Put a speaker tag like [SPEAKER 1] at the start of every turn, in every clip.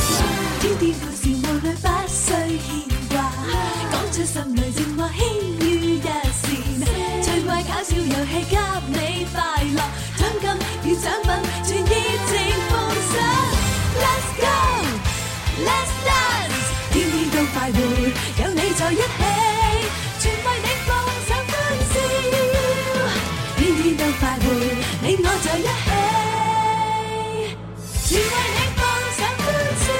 [SPEAKER 1] 天天故事無慮不需牽掛，講出心裏情話輕於一線，趣怪搞笑遊戲給你快樂，獎金與獎品全熱情奉上，Let's go，Let's dance，天天都快活，有你在一起，全為你放上歡笑，天天都快活，你我在一起。全為你放上歡笑。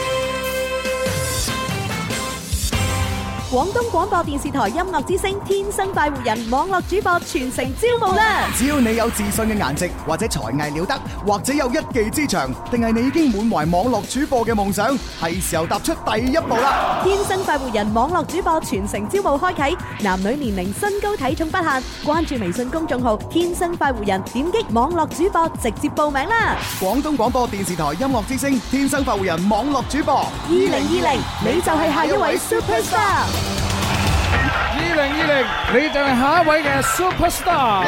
[SPEAKER 2] 廣東廣播電視台音樂之聲天生快活人網絡主播全城招募啦！
[SPEAKER 3] 只要你有自信嘅顏值或者才藝了得，或者有一技之長，定係你已經滿懷網絡主播嘅夢想，係時候踏出第一步啦！
[SPEAKER 2] 天生快活人網絡主播全城招募開啟，男女年齡、身高體重不限。關注微信公眾號「天生快活人」，點擊網絡主播直接報名啦！
[SPEAKER 3] 廣東廣播電視台音樂之聲天生快活人網絡主播，二
[SPEAKER 2] 二零二零，你就係下一位 superstar。
[SPEAKER 4] 二零二零，你就係下一位嘅superstar。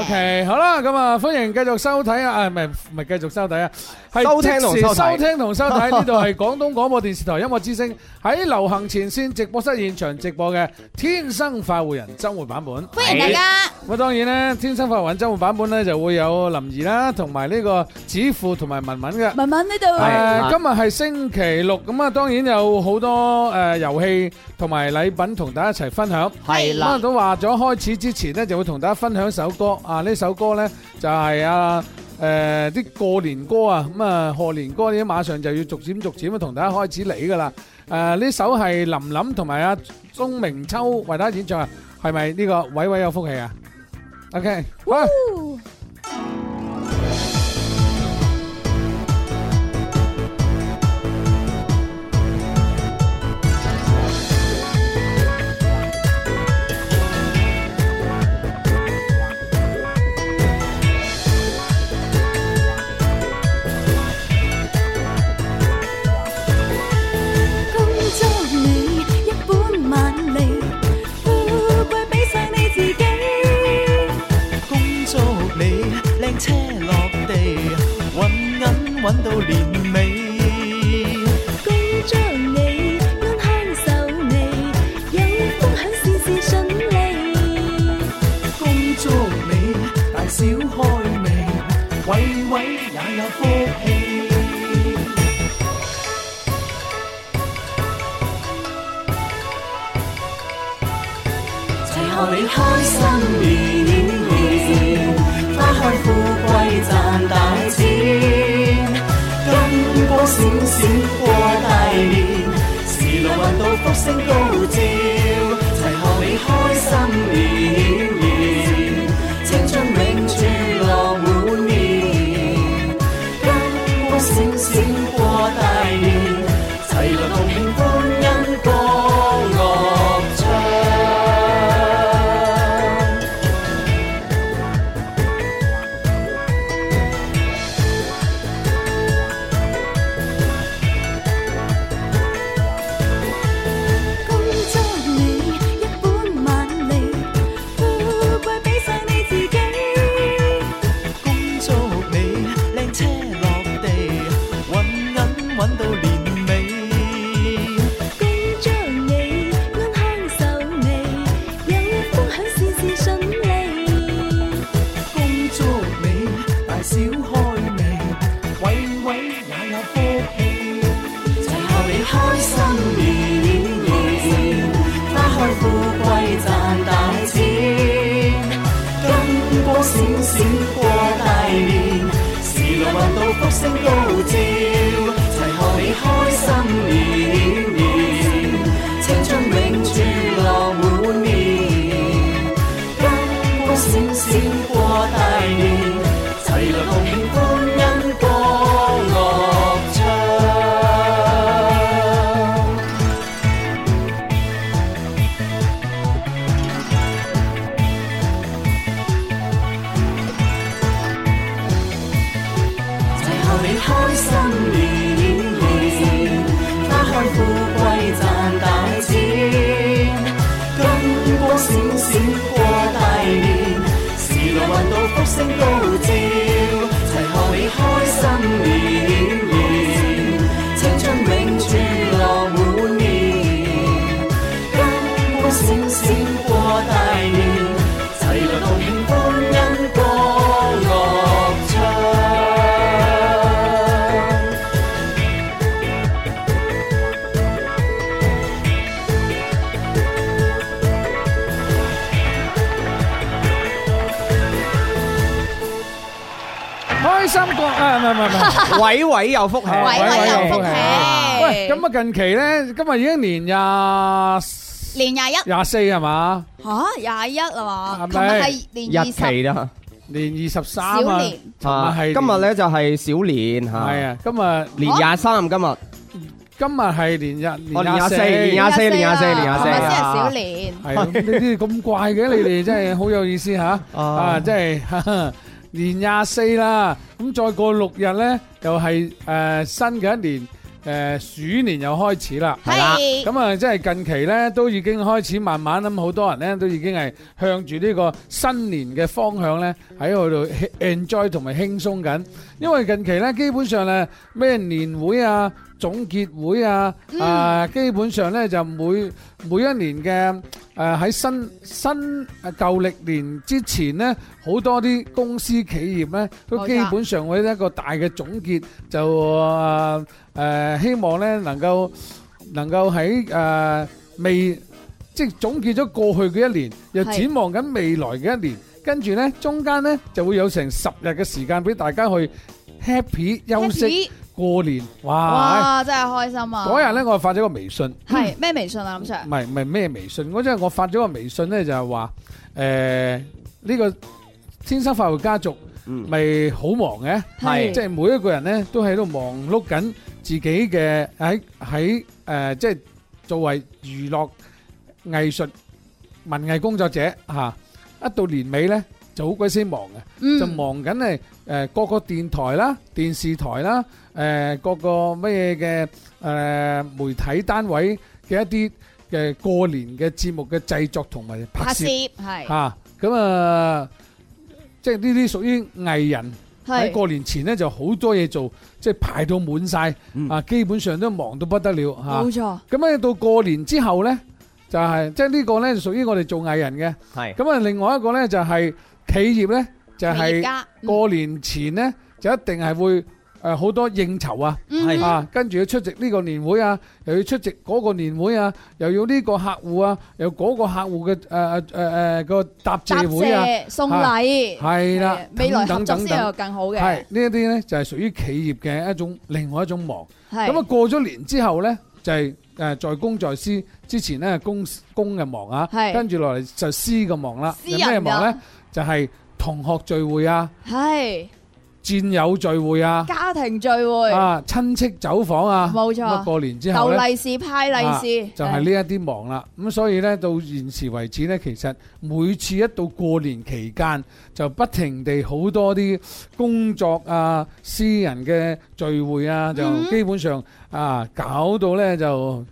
[SPEAKER 4] OK，好啦，咁啊，歡迎繼續收睇啊，啊，唔係-唔係繼續收睇啊，係
[SPEAKER 5] 收聽同收睇。
[SPEAKER 4] 即時收聽同收睇，呢度係廣東廣播電視台音樂之聲喺流行前線直播室現場直播嘅《天生快活人》周末版本。
[SPEAKER 6] 歡迎大家。
[SPEAKER 4] 咁啊，當然呢，《天生快活人》周末版本呢，就會有林兒啦，同埋呢個子富同埋文文嘅。
[SPEAKER 6] 文文呢度，
[SPEAKER 4] 誒、Ờ, 今日係星期六，咁啊當然有好多誒遊戲同埋禮品同大家一齊分享。
[SPEAKER 5] 係
[SPEAKER 4] 咁啊都話咗開始之前呢，就會同大家分享首歌啊！呢首歌呢，就係、啊誒啲、過年歌啊，咁啊賀年歌呢，馬上就要逐漸逐漸同大家開始嚟噶啦。誒、呢首係林林同埋阿鐘明秋為大家演唱啊，係咪呢個位位有福氣啊？OK，好啊。
[SPEAKER 1] 恭祝你一本萬利，富貴俾晒你自己。
[SPEAKER 7] 恭祝你靚車落地，揾銀揾到年尾。
[SPEAKER 1] 恭祝你安享受你，有福享事事順利。
[SPEAKER 7] 恭祝你大小開眉，位位也有福氣。
[SPEAKER 1] 齊賀你開心年年，花開富貴賺大錢，
[SPEAKER 7] 金光閃閃過大年，時來運到福星高照，齊賀你開心年年，青春永駐樂滿面。金光閃閃過大年，齊來同慶歡欣歌樂唱。
[SPEAKER 1] 恭祝你一本萬利，富貴俾晒你自己。
[SPEAKER 7] 恭祝你靚車落地，揾銀揾到年尾。
[SPEAKER 1] 恭祝你安享受你，有福享事事順利。
[SPEAKER 7] 恭祝你大小開眉，位位也有福氣。齊賀你開心年年，花開富貴賺大錢。金光閃閃過大年，時來運到福星高照。齊賀你開心年年，青春永駐樂滿面。金光閃閃過大年，齊來共慶歡欣歌樂唱。齊賀你開心年年，花開富貴賺大錢，金光閃閃過大年，時來運到福星高照，齊賀你開心年年，青春永駐
[SPEAKER 4] 唔係，唔係，唔係，唔係。
[SPEAKER 8] 位位有福氣。
[SPEAKER 1] 位位有福氣。
[SPEAKER 4] 喂，咁啊，近期呢，今日已經年廿-
[SPEAKER 1] 年廿一
[SPEAKER 4] 廿四係嘛？
[SPEAKER 1] 吓廿一啦
[SPEAKER 2] Ờ,
[SPEAKER 1] 嘛，
[SPEAKER 4] 係
[SPEAKER 1] 琴
[SPEAKER 4] 咪
[SPEAKER 1] 日系年二十，
[SPEAKER 8] 日期啦。
[SPEAKER 4] 年23啊。
[SPEAKER 1] 小年。
[SPEAKER 8] Ờ,
[SPEAKER 4] 尋日係
[SPEAKER 8] 啊，今日呢就係小年，啊。
[SPEAKER 4] à. 係啊，今日-
[SPEAKER 8] 年23今日。
[SPEAKER 4] 今日係年廿-年
[SPEAKER 8] 哦，
[SPEAKER 4] 廿
[SPEAKER 8] 廿四，
[SPEAKER 4] 四。
[SPEAKER 8] 廿四。廿四年廿四年廿四
[SPEAKER 1] 琴日先
[SPEAKER 8] 啊
[SPEAKER 1] 係小年，
[SPEAKER 4] 係，咁你哋咁怪嘅，你哋真係好有意思吓。
[SPEAKER 8] 啊。
[SPEAKER 4] 啊，真係， 年廿四啦，咁再過六日呢，又係，誒，新嘅一年，誒，鼠年又開始啦。
[SPEAKER 1] 係
[SPEAKER 4] 咁啊，即係近期咧，都已經開始慢慢咁，好多人咧都已經係向住呢個新年嘅方向咧，喺度 enjoy 同埋輕鬆緊。因為近期咧，基本上咧咩年會啊、總結會啊，啊，基本上咧就每每一年嘅。誒喺新新誒舊歷年之前呢，好多啲公司企業呢，都
[SPEAKER 1] 冇錯
[SPEAKER 4] 基本上會一個大嘅總結，就誒、呃希望呢能夠能夠喺誒、呃未即係總結咗過去嘅一年，又
[SPEAKER 1] 係
[SPEAKER 4] 展望緊未來嘅一年，跟住呢，中間呢就會有成十日嘅時間俾大家去 happy 休息
[SPEAKER 1] Happy，
[SPEAKER 4] 過年，哇！
[SPEAKER 1] 哇，真係開心啊！
[SPEAKER 4] 嗰日呢，我發咗個微信。
[SPEAKER 1] 係咩微信啊，林 Sir？
[SPEAKER 4] 唔係唔係咩微信，我即係我發咗個微信咧，就係話誒呢個天生快活家族
[SPEAKER 8] 嗯
[SPEAKER 4] 咪好忙嘅，
[SPEAKER 8] 係
[SPEAKER 4] 即係每一個人咧都喺度忙碌緊自己嘅喺喺誒，即係作為娛樂藝術文藝工作者嚇、一到年尾咧就好鬼死忙嘅。就
[SPEAKER 1] 嗯，
[SPEAKER 4] 忙緊係誒各個電台啦、電視台啦、誒、各個咩嘅誒媒體單位嘅一啲嘅過年嘅節目嘅製作同埋拍
[SPEAKER 1] 拍
[SPEAKER 4] 攝
[SPEAKER 1] 攝係
[SPEAKER 4] 嚇，咁啊，即係呢啲屬於藝人。喺
[SPEAKER 1] 係
[SPEAKER 4] 過年前咧就好多嘢做，即係排到滿晒，
[SPEAKER 8] 嗯
[SPEAKER 4] 啊，基本上都忙到不得了嚇。
[SPEAKER 1] 冇錯，
[SPEAKER 4] 咁啊咧到過年之後咧，就係、即係呢個咧屬於我哋做藝人嘅。
[SPEAKER 8] 係。
[SPEAKER 4] 咁啊，另外一個咧就係、企業咧，就
[SPEAKER 1] 企業
[SPEAKER 4] 係、
[SPEAKER 1] 家嗯
[SPEAKER 4] 過年前呢，就一定係會誒好、多應酬啊，
[SPEAKER 1] 嗯
[SPEAKER 8] 係
[SPEAKER 4] 啊，跟住要出席呢個年會啊，又要出席嗰個年會啊，又要呢個客戶啊，又嗰個客戶嘅誒誒誒誒個答
[SPEAKER 1] 答
[SPEAKER 4] 謝會啊，
[SPEAKER 1] 謝送禮
[SPEAKER 4] 係啦
[SPEAKER 1] 係，未來合作
[SPEAKER 4] 等等等
[SPEAKER 1] 先有更好嘅，
[SPEAKER 4] 係呢一啲呢，就係屬於企業嘅一種另外一種忙。
[SPEAKER 1] 係
[SPEAKER 4] 咁啊過咗年之後呢，就係、誒在公在私之前呢，公公嘅忙啊，
[SPEAKER 1] 係
[SPEAKER 4] 跟住落嚟就私嘅忙啦。
[SPEAKER 1] 私
[SPEAKER 4] 有
[SPEAKER 1] 人
[SPEAKER 4] 咩忙
[SPEAKER 1] 㗎
[SPEAKER 4] 呢？就係、同學聚會啊、
[SPEAKER 1] 係
[SPEAKER 4] 戰友聚會啊、
[SPEAKER 1] 家庭聚會，
[SPEAKER 4] 啊親戚走訪啊，
[SPEAKER 1] 冇
[SPEAKER 4] 咁啊
[SPEAKER 1] 錯，
[SPEAKER 4] 過年之後
[SPEAKER 1] 逗
[SPEAKER 4] 呢，啊
[SPEAKER 1] 利是派利是，
[SPEAKER 4] 就係呢一啲忙啦。咁所以呢，到現時為止呢，其實每次一到過年期間，就不停地好多啲工作啊、私人嘅聚會啊，就
[SPEAKER 1] 嗯
[SPEAKER 4] 基本上啊搞到呢，就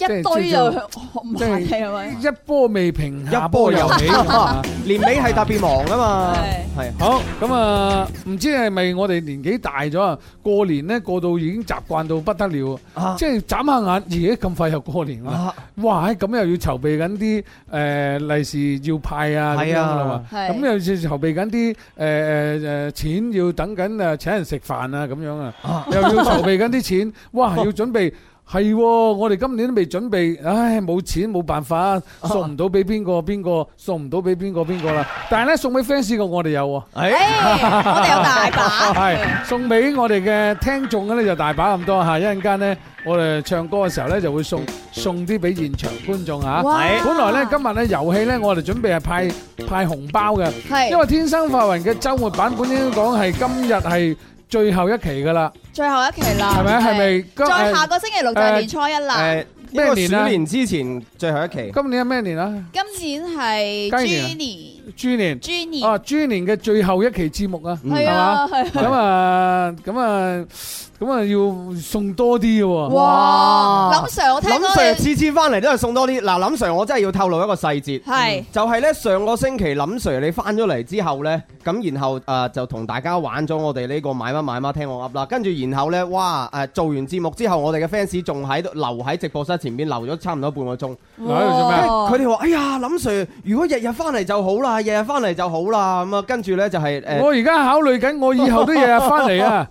[SPEAKER 1] 一堆就
[SPEAKER 4] 即係
[SPEAKER 1] 唔係係咪？
[SPEAKER 4] 一波未平下波
[SPEAKER 8] 一波
[SPEAKER 4] 又
[SPEAKER 8] 又
[SPEAKER 4] 起。啊
[SPEAKER 8] 年尾係特別忙㗎嘛。
[SPEAKER 1] 係。
[SPEAKER 8] 係。
[SPEAKER 4] 好咁啊，唔知係咪我哋年紀大咗啊？過年呢，過到已經習慣到不得了。
[SPEAKER 8] 啊，
[SPEAKER 4] 即係眨下眼，咦咁快又過年啦！
[SPEAKER 8] 啊，
[SPEAKER 4] 哇，咁又要籌備緊啲誒利是要派啊咁樣
[SPEAKER 8] 係啊
[SPEAKER 4] 啦嘛，
[SPEAKER 1] 係
[SPEAKER 4] 咁又要籌備緊啲誒誒誒錢要等緊誒請人食飯啊咁樣啊
[SPEAKER 8] 啊，
[SPEAKER 4] 又要籌備緊啲錢， 哇要準備。係喎，我哋今年都未準備，唉，冇錢冇辦法，送唔到俾邊個邊個，送唔到俾邊個邊個啦。但係咧，送俾 fans 嘅我哋有啊喎。
[SPEAKER 8] 哎，
[SPEAKER 1] 我哋有大把，
[SPEAKER 4] 系送俾我哋嘅聽眾嘅咧就大把咁多吓，一陣間咧我哋唱歌嘅時候咧就會送送啲俾現場觀眾吓。
[SPEAKER 1] 哇
[SPEAKER 4] 本來咧今日咧遊戲咧我哋準備係派派紅包嘅，
[SPEAKER 1] 係
[SPEAKER 4] 因為天生發雲嘅週末版本應該講係今日係最後一期噶啦，
[SPEAKER 1] 最後一期啦，
[SPEAKER 4] 係咪？係咪？今
[SPEAKER 1] 再下
[SPEAKER 4] 誒
[SPEAKER 1] 個星期六就係年初一啦，
[SPEAKER 8] 誒，應
[SPEAKER 4] 咩
[SPEAKER 8] 該
[SPEAKER 4] 年啊？
[SPEAKER 8] 鼠年之前最後一期。
[SPEAKER 4] 今年係咩年啊？
[SPEAKER 1] 今年係
[SPEAKER 4] 雞年啊
[SPEAKER 1] Jenny
[SPEAKER 4] 豬年
[SPEAKER 1] Jenny，
[SPEAKER 4] 啊，豬年嘅最後一期節目啊，
[SPEAKER 1] 係
[SPEAKER 4] 係嘛
[SPEAKER 1] 啊，係
[SPEAKER 4] 咁啊咁啊咁啊要送多啲嘅喎。
[SPEAKER 1] 哇！林 Sir，我聽
[SPEAKER 8] 林
[SPEAKER 1] 講
[SPEAKER 8] Sir
[SPEAKER 1] 你
[SPEAKER 8] 次次翻嚟都係送多啲。嗱，林 Sir 我真係要透露一個細節，嗯
[SPEAKER 1] 係
[SPEAKER 8] 就係呢上個星期林 Sir 你翻咗嚟之後呢，咁然後誒、呃就同大家玩咗我哋呢個買乜買乜聽我噏啦，跟住然後呢，哇誒、呃做完節目之後，我哋嘅 fans 仲喺度留喺直播室前面留咗差唔多半個鐘，
[SPEAKER 4] 哇
[SPEAKER 1] 哦
[SPEAKER 8] 佢哋話：哎呀，林 Sir 如果日日翻嚟就好啦，日日翻嚟就好啦。咁啊，跟住呢，就係、呃
[SPEAKER 4] 我而家考慮緊，我以後都日日翻嚟啊！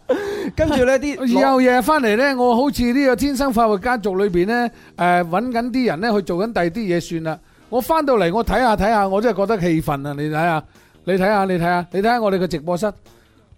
[SPEAKER 8] 跟住呢 啲
[SPEAKER 4] 以後日日翻嚟呢，我好似呢個天生快活家族裏邊呢，誒揾緊啲人呢去做緊第二啲嘢算啦。我翻到嚟，我睇下睇下，我真係覺得氣憤啊！你睇下，你睇下，你睇下，你睇下我哋嘅直播室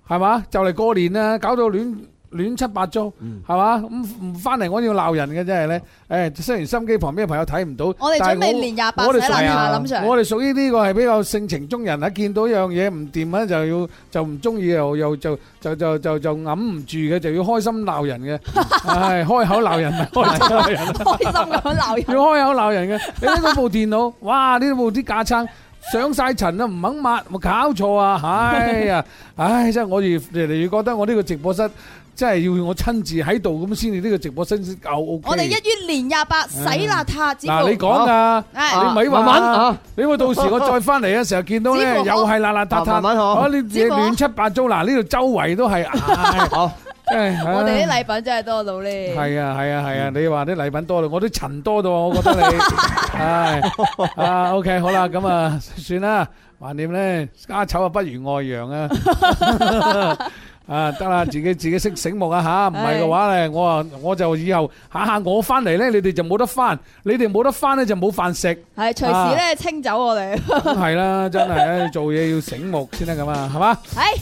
[SPEAKER 4] 係嘛？就嚟過年啦，搞到亂亂七八糟，係嘛？咁唔翻嚟我要鬧人嘅真係咧。誒，雖然心機旁邊嘅朋友睇唔到，
[SPEAKER 1] 我哋
[SPEAKER 4] 但
[SPEAKER 1] 準
[SPEAKER 4] 係
[SPEAKER 1] 備年廿八
[SPEAKER 4] 我哋
[SPEAKER 1] 洗禮
[SPEAKER 4] 屬於
[SPEAKER 1] 啦林 Sir
[SPEAKER 4] 我哋屬於呢個係比較性情中人啊，見到樣嘢唔掂咧就要就唔中意又又就就就就就揞唔住嘅，就要開心鬧人嘅，係開口鬧人咪開心鬧人。
[SPEAKER 1] 開心咁樣鬧人。
[SPEAKER 4] 要開口鬧人嘅。你睇嗰部電腦， 哇！呢部啲架撐上晒塵啦，唔肯抹，冇搞錯啊！ 唉呀，唉，真係我越嚟越覺得我呢個直播室真係要我親自喺度咁先至呢個直播室先夠 O K。
[SPEAKER 1] 我哋一於年廿八洗邋遢，
[SPEAKER 4] 嗱，你
[SPEAKER 1] 子富。
[SPEAKER 4] 講㗎，
[SPEAKER 1] 係
[SPEAKER 4] 你咪
[SPEAKER 8] 慢
[SPEAKER 4] 話
[SPEAKER 8] 慢啊，
[SPEAKER 4] 你話到時我再翻嚟嘅時候見到咧，
[SPEAKER 1] 知
[SPEAKER 4] 又
[SPEAKER 1] 乎
[SPEAKER 4] 係邋邋遢
[SPEAKER 8] 慢慢
[SPEAKER 4] 遢，
[SPEAKER 8] 學
[SPEAKER 4] 啊，你
[SPEAKER 1] 知
[SPEAKER 4] 嘢
[SPEAKER 1] 乎
[SPEAKER 4] 亂七八糟。嗱，呢度周圍都係， 唉
[SPEAKER 8] 好，
[SPEAKER 4] 真係唉
[SPEAKER 1] 我哋啲禮品真係多到呢。
[SPEAKER 4] 系啊系啊系啊！你話啲禮品多啦，我啲塵多到啊，我覺得你，唉啊 OK 好啦，咁啊算啦，橫掂咧家醜啊不如外揚啊，啊 得啦，自己自己識醒目啊吓，唔係嘅話咧，我啊我就以後下下我翻嚟咧，你哋就冇得翻，你哋冇得翻咧就冇飯食，
[SPEAKER 1] 係，隨時呢，清走我哋。
[SPEAKER 4] 咁係啦，真係唉做嘢要醒目先得噶嘛，係嘛？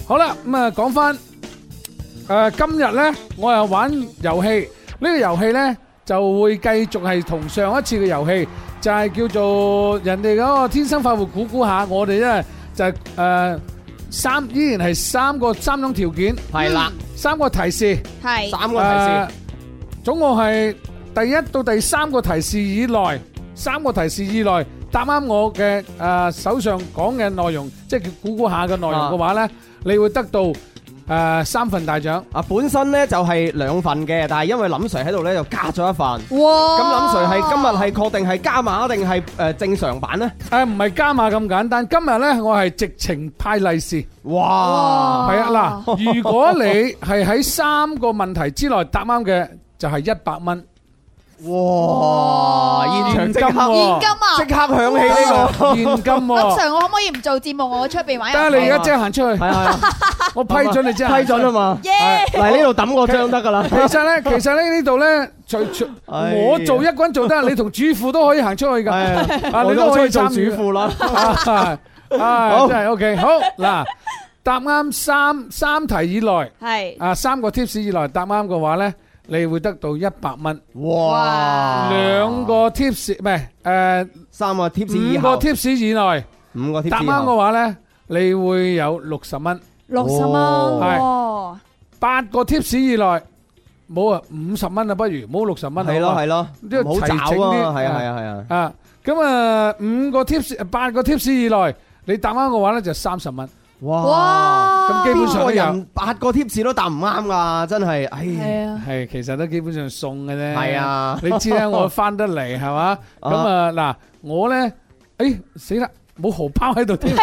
[SPEAKER 4] 好啦，咁啊講翻，诶今日咧我又玩遊戲，呢、個遊戲咧就會繼續係同上一次嘅遊戲，就係叫做人哋嗰個天生快活估估下，我哋咧就诶、誒三依然係三個三種條件，
[SPEAKER 8] 係啦，
[SPEAKER 4] 三個提示，
[SPEAKER 1] 係，係，
[SPEAKER 8] 三個提
[SPEAKER 4] 誒
[SPEAKER 8] 示，
[SPEAKER 4] 總共係第一到第三個提示以內，三個提示以內答啱我嘅誒手上講嘅內容，即係叫估估下嘅內容嘅話咧，你會得到誒三份大獎。
[SPEAKER 8] 啊本身咧就係兩份嘅，但係因為林 Sir 喺度咧就加咗一份。
[SPEAKER 1] 哇。
[SPEAKER 8] 咁林 Sir 係今日係確定係加碼定係誒正常版咧？
[SPEAKER 4] 誒唔係加碼咁簡單，今日咧我係直情派利是。
[SPEAKER 8] 哇！
[SPEAKER 4] 係啊，嗱，如果你係喺三個問題之內答啱嘅，就係一百 蚊。
[SPEAKER 8] 哇！現場即刻
[SPEAKER 4] 喎
[SPEAKER 1] 現金啊？
[SPEAKER 8] 即刻響起呢個，
[SPEAKER 4] 現金
[SPEAKER 8] Ờ.
[SPEAKER 4] 喎，
[SPEAKER 1] 林Sir，我可唔可以唔做節目，我出邊玩遊戲？
[SPEAKER 4] 得你而家即刻行出 去，
[SPEAKER 8] 係啊，
[SPEAKER 4] 我批准你即刻行
[SPEAKER 8] 批准啊嘛！
[SPEAKER 1] 耶！
[SPEAKER 8] 嚟呢度抌個張得㗎啦。
[SPEAKER 4] 其實 咧，其實咧呢度咧，除除
[SPEAKER 8] 哎呀
[SPEAKER 4] 我做一個人做得，你同主婦都可以行出去噶，
[SPEAKER 8] Ờ.
[SPEAKER 4] 啊，
[SPEAKER 8] 我
[SPEAKER 4] 你
[SPEAKER 8] 都
[SPEAKER 4] 都
[SPEAKER 8] 可
[SPEAKER 4] 可
[SPEAKER 8] 以
[SPEAKER 4] 以
[SPEAKER 8] 做
[SPEAKER 4] 參
[SPEAKER 8] 主
[SPEAKER 4] 與。
[SPEAKER 8] 婦啦。
[SPEAKER 4] 啊，啊
[SPEAKER 8] 好
[SPEAKER 4] 真係 OK，好嗱，答啱三三題以內，
[SPEAKER 1] 係。
[SPEAKER 4] 啊三個 tips 以內答啱嘅話咧，你會得到一百蚊。
[SPEAKER 8] 哇！
[SPEAKER 4] 兩個 tips 唔係誒
[SPEAKER 8] 三個 tips 以
[SPEAKER 4] 五個
[SPEAKER 8] 後，
[SPEAKER 4] tips 以內
[SPEAKER 8] 五個 tips
[SPEAKER 4] 答啱
[SPEAKER 8] 以後
[SPEAKER 4] 嘅話咧，你會有六十蚊。
[SPEAKER 1] 60蚊
[SPEAKER 8] 哦。
[SPEAKER 1] 喎。
[SPEAKER 4] 八個 tips 以內，冇啊五十蚊啊，不如冇六十蚊
[SPEAKER 8] 係咯
[SPEAKER 4] 好嘛
[SPEAKER 8] 係咯，
[SPEAKER 4] 呢個
[SPEAKER 8] 唔好
[SPEAKER 4] 齊
[SPEAKER 8] 找
[SPEAKER 4] 整啲
[SPEAKER 8] 啊！係啊係啊係啊！
[SPEAKER 4] 啊，咁啊五個 tips 八個 tips 以內，你答啱嘅話咧就三十蚊。
[SPEAKER 8] 哇！
[SPEAKER 4] 咁基本上
[SPEAKER 8] 個
[SPEAKER 4] 都有
[SPEAKER 8] 人八個 tips 都答唔啱㗎，真係，唉，
[SPEAKER 1] 係啊。
[SPEAKER 4] 係其實都基本上送嘅啫。
[SPEAKER 8] 係，啊，
[SPEAKER 4] 你知啦，我翻得嚟係嘛？咁啊嗱，我咧，誒死啦，冇荷包喺度添，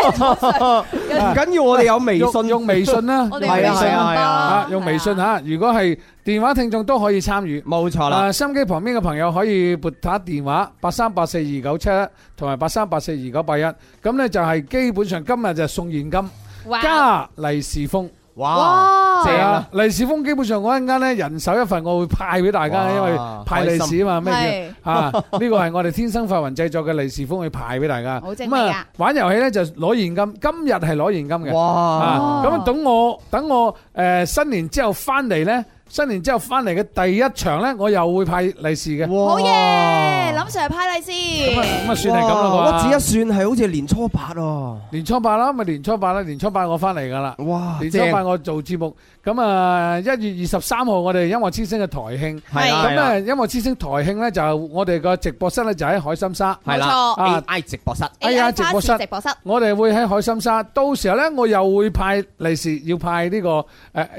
[SPEAKER 8] 唔緊要，我哋有微
[SPEAKER 4] 用
[SPEAKER 8] 信
[SPEAKER 4] 用微信啦，
[SPEAKER 1] 我哋
[SPEAKER 8] 係啊，
[SPEAKER 4] 微
[SPEAKER 1] 微信
[SPEAKER 4] 信啊
[SPEAKER 8] 係啊，係啊，
[SPEAKER 1] 紅包啊，
[SPEAKER 4] 啊，用微信嚇。如果係電話聽眾都可以參與。
[SPEAKER 8] 冇錯啦。
[SPEAKER 4] 啊，心機旁邊嘅朋友可以撥打電話八三八四二九七一同埋八三八四二九八一，咁呢就係基本上今日就送現金
[SPEAKER 1] 哇。
[SPEAKER 4] 加利是封，
[SPEAKER 8] 哇！正
[SPEAKER 4] 係
[SPEAKER 8] 啊！！
[SPEAKER 4] 利是封基本上我一陣間呢人手一份，我會派俾大
[SPEAKER 8] 哇
[SPEAKER 4] 家，因為派利是啊嘛，
[SPEAKER 1] 開
[SPEAKER 4] 咩
[SPEAKER 1] 心
[SPEAKER 4] 叫 啊？呢個係我哋天生發雲製作嘅利是封去派俾大家。
[SPEAKER 1] 好精
[SPEAKER 4] 咁
[SPEAKER 1] 明
[SPEAKER 4] 啊
[SPEAKER 1] 啊，
[SPEAKER 4] 玩遊戲呢就攞現金，今日係攞現金嘅。
[SPEAKER 8] 哇！
[SPEAKER 4] 啊，咁等我等我誒新年之後翻嚟咧，新年之後翻嚟嘅第一場咧，我又會派利是嘅。咁
[SPEAKER 1] 好嘢，
[SPEAKER 8] 哇！
[SPEAKER 1] 林Sir派利是。
[SPEAKER 4] 啊算係咁
[SPEAKER 8] 哇
[SPEAKER 4] 啦
[SPEAKER 8] 我
[SPEAKER 4] 啩。
[SPEAKER 8] 只一算係好似年初八喎。
[SPEAKER 4] 年初八啦，咪啊年初八啦，年初八我翻嚟噶啦。
[SPEAKER 8] 哇！
[SPEAKER 4] 年初
[SPEAKER 8] 正
[SPEAKER 4] 八我做節目，咁啊一月二十三號我哋音樂之星嘅台慶，
[SPEAKER 8] 係啦，
[SPEAKER 4] 咁
[SPEAKER 8] 係啦
[SPEAKER 4] 咧音樂之星台慶咧就我哋個直播室咧就喺海心沙，
[SPEAKER 8] 係啦
[SPEAKER 1] 冇錯。
[SPEAKER 4] 啊
[SPEAKER 8] AI 直播室。
[SPEAKER 4] 哎呀
[SPEAKER 1] AI
[SPEAKER 4] 直播室
[SPEAKER 1] Class 直播室。
[SPEAKER 4] 我哋會喺海心沙，到時候咧我又會派利是，要派呢個誒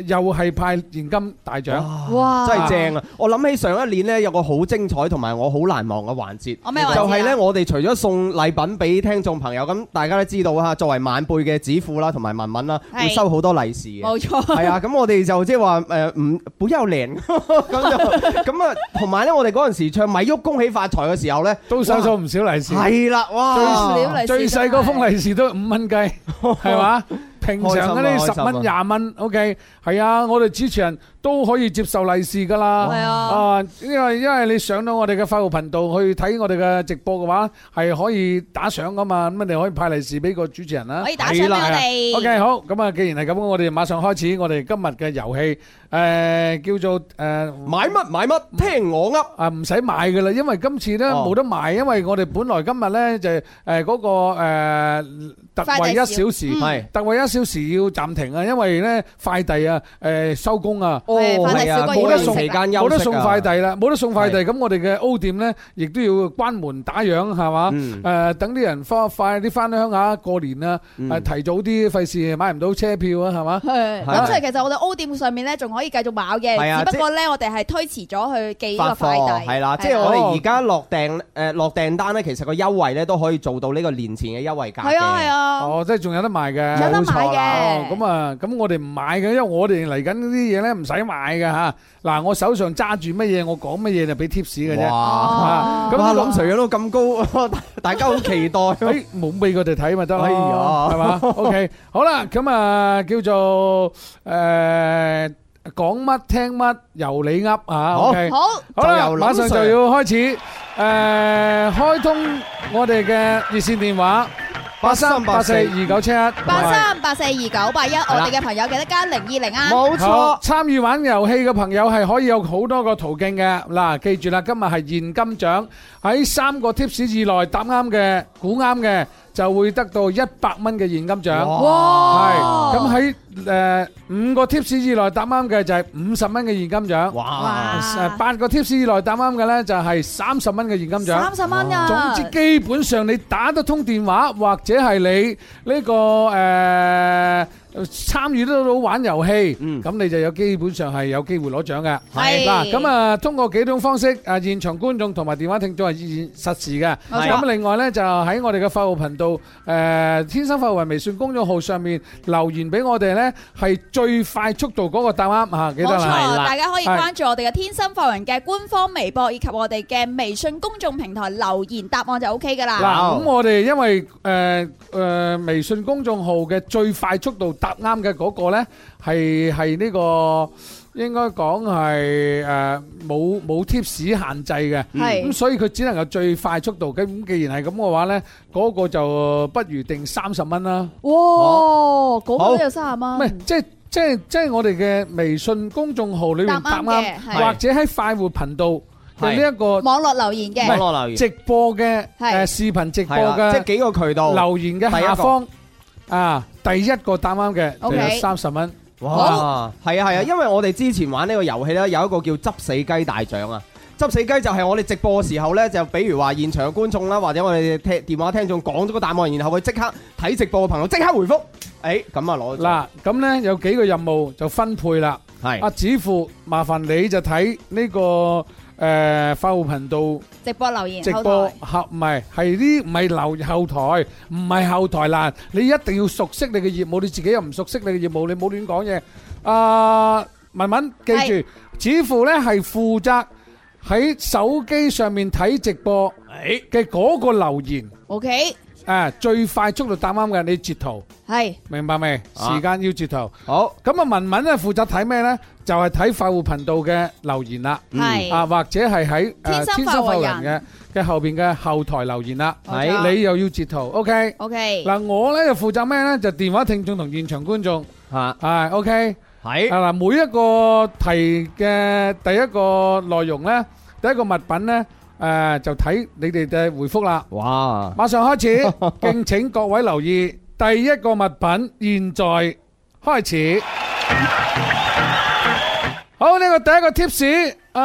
[SPEAKER 4] 又係派現金大獎。
[SPEAKER 1] 哇。
[SPEAKER 8] 真係正啊！我諗起上一年呢，有個好精彩同埋我好難忘嘅環節，
[SPEAKER 1] 我咩環節啊
[SPEAKER 8] 就係呢，我哋除咗送禮品俾聽眾朋友，咁大家都知道啊，作為晚輩嘅子父啦，同埋文文啦，
[SPEAKER 1] 係
[SPEAKER 8] 會收好多利是嘅。
[SPEAKER 1] 冇錯。
[SPEAKER 8] 係啊，咁我哋就即係話誒唔本 有零咁就咁啊，同埋呢，我哋嗰陣時唱《咪喐恭喜發財》嘅時候呢，
[SPEAKER 4] 都收咗唔少利是。
[SPEAKER 8] 係啦，
[SPEAKER 4] Ờ,
[SPEAKER 8] 哇！
[SPEAKER 1] 最少利是
[SPEAKER 4] 最細嗰封利是都五蚊雞，係嘛？平常嗰
[SPEAKER 8] 開
[SPEAKER 4] 啲
[SPEAKER 8] 心啊
[SPEAKER 4] 十蚊
[SPEAKER 8] 開心
[SPEAKER 4] 廿蚊，OK，係 à, 啊，我哋主持人都可以接受利是噶啦。
[SPEAKER 1] 係啊
[SPEAKER 4] 啊，因為因為你上到我哋嘅快活頻道去睇我哋嘅直播嘅話，係可以打賞噶嘛，咁你可以派利是俾個主持人啦。
[SPEAKER 1] 可以打賞俾我哋。
[SPEAKER 4] OK，好，咁啊，既然係咁，我哋馬上開始我哋今日嘅遊戲，誒叫做誒。
[SPEAKER 8] 買乜買乜，聽我噏。
[SPEAKER 4] 啊，唔使買噶啦，因為今次咧
[SPEAKER 8] 哦
[SPEAKER 4] 冇得賣，因為我哋本來今日咧就誒嗰個誒特惠一
[SPEAKER 1] 快遞
[SPEAKER 4] 小時，
[SPEAKER 1] 嗯
[SPEAKER 8] 係
[SPEAKER 4] 特惠一小時要暫停啊，因為咧快遞啊誒收工啊。
[SPEAKER 8] 哦，
[SPEAKER 1] 快遞
[SPEAKER 8] 係啊，
[SPEAKER 1] 小哥要
[SPEAKER 8] 冇得
[SPEAKER 1] 休息
[SPEAKER 8] 送
[SPEAKER 1] 啊
[SPEAKER 8] 期間休息啊。
[SPEAKER 4] 冇得送快遞啦，冇得送快遞，咁我哋嘅 O 店咧，亦都要關門打烊，係嘛？
[SPEAKER 8] 嗯
[SPEAKER 4] 誒，等啲人快快啲翻鄉下過年啊，誒提早啲，費事買唔到車票啊，係嘛？
[SPEAKER 1] 係
[SPEAKER 8] 係
[SPEAKER 1] 咁所以其實我哋 O 店上面咧仲可以繼續買
[SPEAKER 8] 係啊
[SPEAKER 1] 嘅，只
[SPEAKER 8] 即
[SPEAKER 1] 不過咧我哋係推遲咗去寄呢個快
[SPEAKER 8] 發貨，
[SPEAKER 1] 遞。
[SPEAKER 8] 係啦，
[SPEAKER 1] 係
[SPEAKER 8] 即係
[SPEAKER 1] 啊
[SPEAKER 8] 我哋
[SPEAKER 4] 哦。
[SPEAKER 8] 而家落訂-誒，落訂單呢，其實個優惠呢，都可以做到呢個年前嘅優惠價
[SPEAKER 1] 係啊係啊，
[SPEAKER 4] 哦，即係仲有得賣嘅，
[SPEAKER 1] 有得買
[SPEAKER 4] 冇錯啦
[SPEAKER 1] 嘅
[SPEAKER 4] 哦咁啊，咁我哋唔買嘅，因為我哋嚟緊呢啲嘢咧唔使買嘅吓。嗱，我手上揸住乜嘢，我講乜嘢就俾 tips 嘅
[SPEAKER 8] 嘅。
[SPEAKER 4] 啫。
[SPEAKER 8] 哇，
[SPEAKER 1] 哦
[SPEAKER 4] 啊咁
[SPEAKER 8] 哇，
[SPEAKER 4] 呢個
[SPEAKER 8] 林 Sir 養到咁高， 大家好期待。
[SPEAKER 4] 誒冇俾佢哋睇咪得咯，
[SPEAKER 8] 哎呀
[SPEAKER 4] 係嘛？OK，好啦，咁啊叫做誒講乜聽乜，由你噏啊。À,
[SPEAKER 8] 好
[SPEAKER 4] OK，
[SPEAKER 1] 好
[SPEAKER 4] 好啦，
[SPEAKER 8] 就由林
[SPEAKER 4] 馬上就
[SPEAKER 8] Sir
[SPEAKER 4] 要開始誒開通我哋嘅熱線電話八三八四二九七一
[SPEAKER 1] 八三八四二九八一，我哋嘅朋友記得加零二零啊。
[SPEAKER 8] 冇錯。
[SPEAKER 4] 好，參與玩遊戲嘅朋友係可以有好多個途徑嘅。嗱，記住啦，今日係現金獎，喺三個 tips 以內答啱嘅、估啱嘅，就會得到一百蚊嘅現金獎。係，
[SPEAKER 1] 哇
[SPEAKER 4] 咁喺誒五個 tips 以內答啱嘅就係五十蚊嘅現金獎。
[SPEAKER 8] 哇，
[SPEAKER 1] 哇
[SPEAKER 4] 誒八個 tips 以內答啱嘅呢就係三十蚊嘅現金獎。
[SPEAKER 1] 三十蚊啊！
[SPEAKER 4] 總之基本上你打得通電話，或者係你呢、個誒、呃、參與得到玩遊戲，咁、
[SPEAKER 8] 嗯
[SPEAKER 4] 你就有基本上係有機會攞獎嘅。
[SPEAKER 1] 係
[SPEAKER 4] 嗱，咁啊通過幾種方式，啊現場觀眾同埋電話聽眾係現實時嘅。
[SPEAKER 1] 冇錯
[SPEAKER 4] 咁另外呢，就喺我哋嘅快活頻道誒、呃天生快活人微信公眾號上面留言俾我哋呢，係最快速度嗰個答啱嚇，記
[SPEAKER 1] 冇
[SPEAKER 4] 得
[SPEAKER 1] 錯，
[SPEAKER 4] 啦。
[SPEAKER 1] 大家可以
[SPEAKER 4] 係
[SPEAKER 1] 關注我哋嘅天生發人嘅官方微博以及我哋嘅微信公眾平台留言答案就 O K 噶
[SPEAKER 4] 嗱，
[SPEAKER 1] 啦。
[SPEAKER 4] 咁我哋因為誒誒微信公眾號嘅最快速度答啱嘅嗰個咧，係係呢個應該講係誒冇冇 tips 限制嘅，
[SPEAKER 1] 係
[SPEAKER 4] 咁所以佢只能夠最快速度。咁既然係咁嘅話咧，嗰個就不如定三十蚊啦。
[SPEAKER 1] 哇，
[SPEAKER 8] 好
[SPEAKER 1] 嗰個有三十
[SPEAKER 4] 唔係
[SPEAKER 1] 蚊，
[SPEAKER 4] 即係。即係即係我哋嘅微信公眾號裏面答
[SPEAKER 1] 答啱
[SPEAKER 4] 啱
[SPEAKER 1] 嘅，係
[SPEAKER 4] 或者喺快活頻道嘅呢一個
[SPEAKER 1] 網絡留言嘅
[SPEAKER 4] 唔係，
[SPEAKER 8] 網絡留言。
[SPEAKER 4] 直播嘅誒
[SPEAKER 1] 係
[SPEAKER 4] 視頻直播
[SPEAKER 8] 係啦，
[SPEAKER 4] 嘅。
[SPEAKER 8] 即係幾個渠道。
[SPEAKER 4] 留言嘅下方啊，第一個答啱嘅就
[SPEAKER 1] OK
[SPEAKER 4] 有三十蚊。
[SPEAKER 8] 哇，係啊係啊，因為我哋之前玩呢個遊戲咧，有一個叫執死雞大獎啊。執死雞就係我哋直播嘅時候呢，就比如話現場嘅觀眾啦，或者我哋聽電話聽眾講咗個答案，然後佢即刻睇直播嘅朋友即刻回覆，誒、咁啊攞
[SPEAKER 4] 嗱，咁呢有幾個任務就分配啦。
[SPEAKER 8] 係
[SPEAKER 4] 阿子富，麻煩你就睇呢個。誒快活頻道
[SPEAKER 1] 直播留言
[SPEAKER 4] 直
[SPEAKER 1] 後
[SPEAKER 4] 播
[SPEAKER 1] 台。
[SPEAKER 4] 後唔係係啲唔係留後台，唔係後台欄，你一定要熟悉你嘅業務，你自己又唔熟悉你嘅業務，你冇亂講嘢。啊，文文記
[SPEAKER 1] 係
[SPEAKER 4] 住，子富呢係負責喺手機上面睇直播嘅嗰個留言。
[SPEAKER 1] O K，
[SPEAKER 4] 啊，最快速度答啱嘅，你截圖，
[SPEAKER 1] 係
[SPEAKER 4] 明白未？
[SPEAKER 8] 啊
[SPEAKER 4] 時間要截圖。
[SPEAKER 8] 好
[SPEAKER 4] 咁啊，文文咧負責睇咩咧？就係睇快活頻道嘅留言啦，
[SPEAKER 1] 係
[SPEAKER 4] 啊或者係喺誒
[SPEAKER 1] 天生
[SPEAKER 4] 天
[SPEAKER 1] 快
[SPEAKER 4] 生
[SPEAKER 1] 活
[SPEAKER 4] 快
[SPEAKER 1] 人
[SPEAKER 4] 活人嘅嘅後邊嘅後台留言啦。
[SPEAKER 1] 冇錯
[SPEAKER 4] 你又要截圖，OK？
[SPEAKER 1] O K，
[SPEAKER 4] 嗱，我咧就負責咩咧？就電話聽眾同現場觀眾，
[SPEAKER 8] 嚇
[SPEAKER 4] 啊 À, OK？À,
[SPEAKER 8] 係
[SPEAKER 4] 啊嗱，每一個題嘅第一個內容咧，第一個物品咧，誒就睇你哋嘅回覆啦。
[SPEAKER 8] 哇
[SPEAKER 4] 马上开始，敬请各位留意第一个物品，现在开始。好，呢、個个第一个 tips，诶、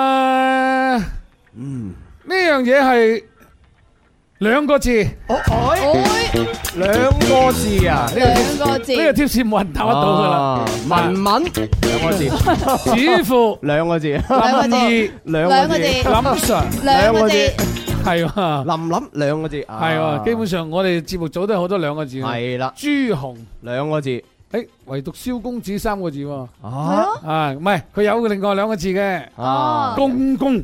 [SPEAKER 4] 呢样嘢系两个字，呢、
[SPEAKER 8] 哦哎
[SPEAKER 1] 會
[SPEAKER 8] 兩個字啊呢
[SPEAKER 1] 兩個字，
[SPEAKER 4] 個个 tips 冇人答得到噶啦
[SPEAKER 8] 啊，文文兩個字
[SPEAKER 4] 指 父
[SPEAKER 8] 兩個字
[SPEAKER 1] 兩個
[SPEAKER 4] 林
[SPEAKER 1] 字
[SPEAKER 4] 二
[SPEAKER 8] 兩
[SPEAKER 1] 兩個
[SPEAKER 8] 個
[SPEAKER 1] 字
[SPEAKER 8] 字林
[SPEAKER 4] 林 Sir
[SPEAKER 1] 兩
[SPEAKER 8] 兩個
[SPEAKER 1] 個
[SPEAKER 8] 字
[SPEAKER 1] 字，
[SPEAKER 4] 系嘛，
[SPEAKER 8] 林兩個字
[SPEAKER 4] 系
[SPEAKER 8] 係
[SPEAKER 4] 喎，基本上我哋节目组都有好多两个字，
[SPEAKER 8] 係啦
[SPEAKER 4] 朱红，
[SPEAKER 8] 兩個字
[SPEAKER 4] 诶、唯独萧公子三个字喎，
[SPEAKER 1] 係
[SPEAKER 8] 啊
[SPEAKER 1] 咯，
[SPEAKER 4] 啊，唔系，佢有另外两个字嘅。
[SPEAKER 8] 啊
[SPEAKER 1] 哦
[SPEAKER 4] 公公。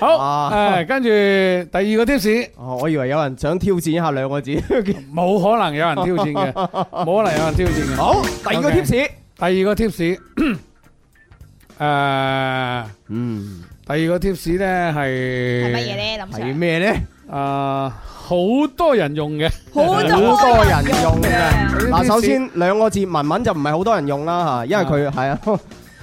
[SPEAKER 4] 好，
[SPEAKER 8] 啊
[SPEAKER 4] 诶，跟住第二個 tips，
[SPEAKER 8] 哦，我以為有人想挑戰一下兩個字。
[SPEAKER 4] 冇可能有人挑戰嘅，冇可能有人挑戰嘅。
[SPEAKER 8] 好，第二個
[SPEAKER 4] OK
[SPEAKER 8] tips。
[SPEAKER 4] 第二個 tips，诶，
[SPEAKER 8] 嗯，
[SPEAKER 4] 第二個 tips 咧係
[SPEAKER 1] 係乜嘢？咧？林 Sir，
[SPEAKER 8] 係咩咧？
[SPEAKER 4] 啊，好多人用嘅，
[SPEAKER 1] 好
[SPEAKER 8] 好多人用
[SPEAKER 1] 嘅。
[SPEAKER 8] 嗱，首先兩個字文文就唔係好多人用啦嚇，因為佢係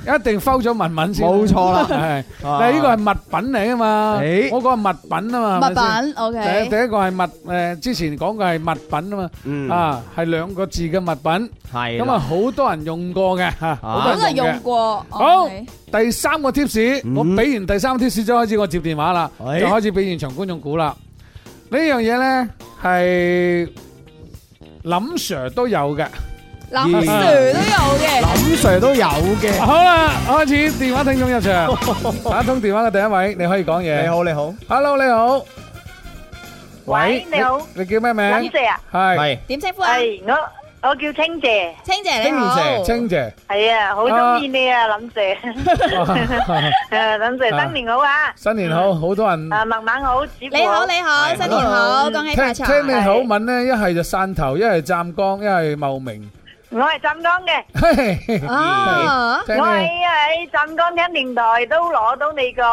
[SPEAKER 8] 啊，
[SPEAKER 4] 一定 foul 咗文文先。
[SPEAKER 8] 冇錯啦。
[SPEAKER 4] 係，但係呢個係物品嚟啊嘛，
[SPEAKER 8] 誒
[SPEAKER 4] 我講係物品啊嘛，係
[SPEAKER 1] 物
[SPEAKER 4] 咪先
[SPEAKER 1] 品
[SPEAKER 4] 第一第
[SPEAKER 1] ，OK，
[SPEAKER 4] 一個係物誒，之前講嘅係物品啊嘛，
[SPEAKER 8] 嗯
[SPEAKER 4] 啊係兩個字嘅物品，
[SPEAKER 8] 係
[SPEAKER 4] 咁啊好多人用過嘅嚇，好
[SPEAKER 1] 好
[SPEAKER 4] 多
[SPEAKER 1] 多人
[SPEAKER 4] 人用嘅
[SPEAKER 1] 用。過。
[SPEAKER 4] 好
[SPEAKER 1] OK，
[SPEAKER 4] 第三個 tips，
[SPEAKER 8] 嗯
[SPEAKER 4] 我俾完第三個 tips 就開始我接電話啦，就
[SPEAKER 8] 哎
[SPEAKER 4] 開始俾現場觀眾估啦。呢樣嘢咧係林 Sir 都有嘅。
[SPEAKER 1] 嗱
[SPEAKER 4] À,
[SPEAKER 8] 咦
[SPEAKER 1] ，Sir 都有嘅。
[SPEAKER 8] 林 Sir 都有嘅。
[SPEAKER 4] 好啦，開始電話聽眾入場，打通電話嘅第一位，你可以講嘢。
[SPEAKER 8] 你好，你好，
[SPEAKER 4] Hello，你好。
[SPEAKER 9] 喂你好
[SPEAKER 4] 你你叫咩名？
[SPEAKER 9] 林 Sir 啊，
[SPEAKER 4] 係
[SPEAKER 8] 係
[SPEAKER 1] 點稱呼啊？
[SPEAKER 9] 系我我叫清姐，
[SPEAKER 1] 清姐你
[SPEAKER 8] 清姐
[SPEAKER 1] 好。
[SPEAKER 4] 清姐。
[SPEAKER 9] 系啊，好中意你啊，林 Sir，誒林 Sir 新年好啊，
[SPEAKER 4] 新年好，好多人。
[SPEAKER 9] 啊文文好，子父
[SPEAKER 1] 你好，你好，新年好，恭喜
[SPEAKER 4] 聽
[SPEAKER 1] 發財。
[SPEAKER 4] 聽你口吻咧，一係就汕頭，一係湛江，一係茂名。
[SPEAKER 9] 我系湛江嘅，
[SPEAKER 1] 啊，
[SPEAKER 4] 聽
[SPEAKER 9] 我喺
[SPEAKER 4] 你
[SPEAKER 9] 喺湛江聽電台都攞到你個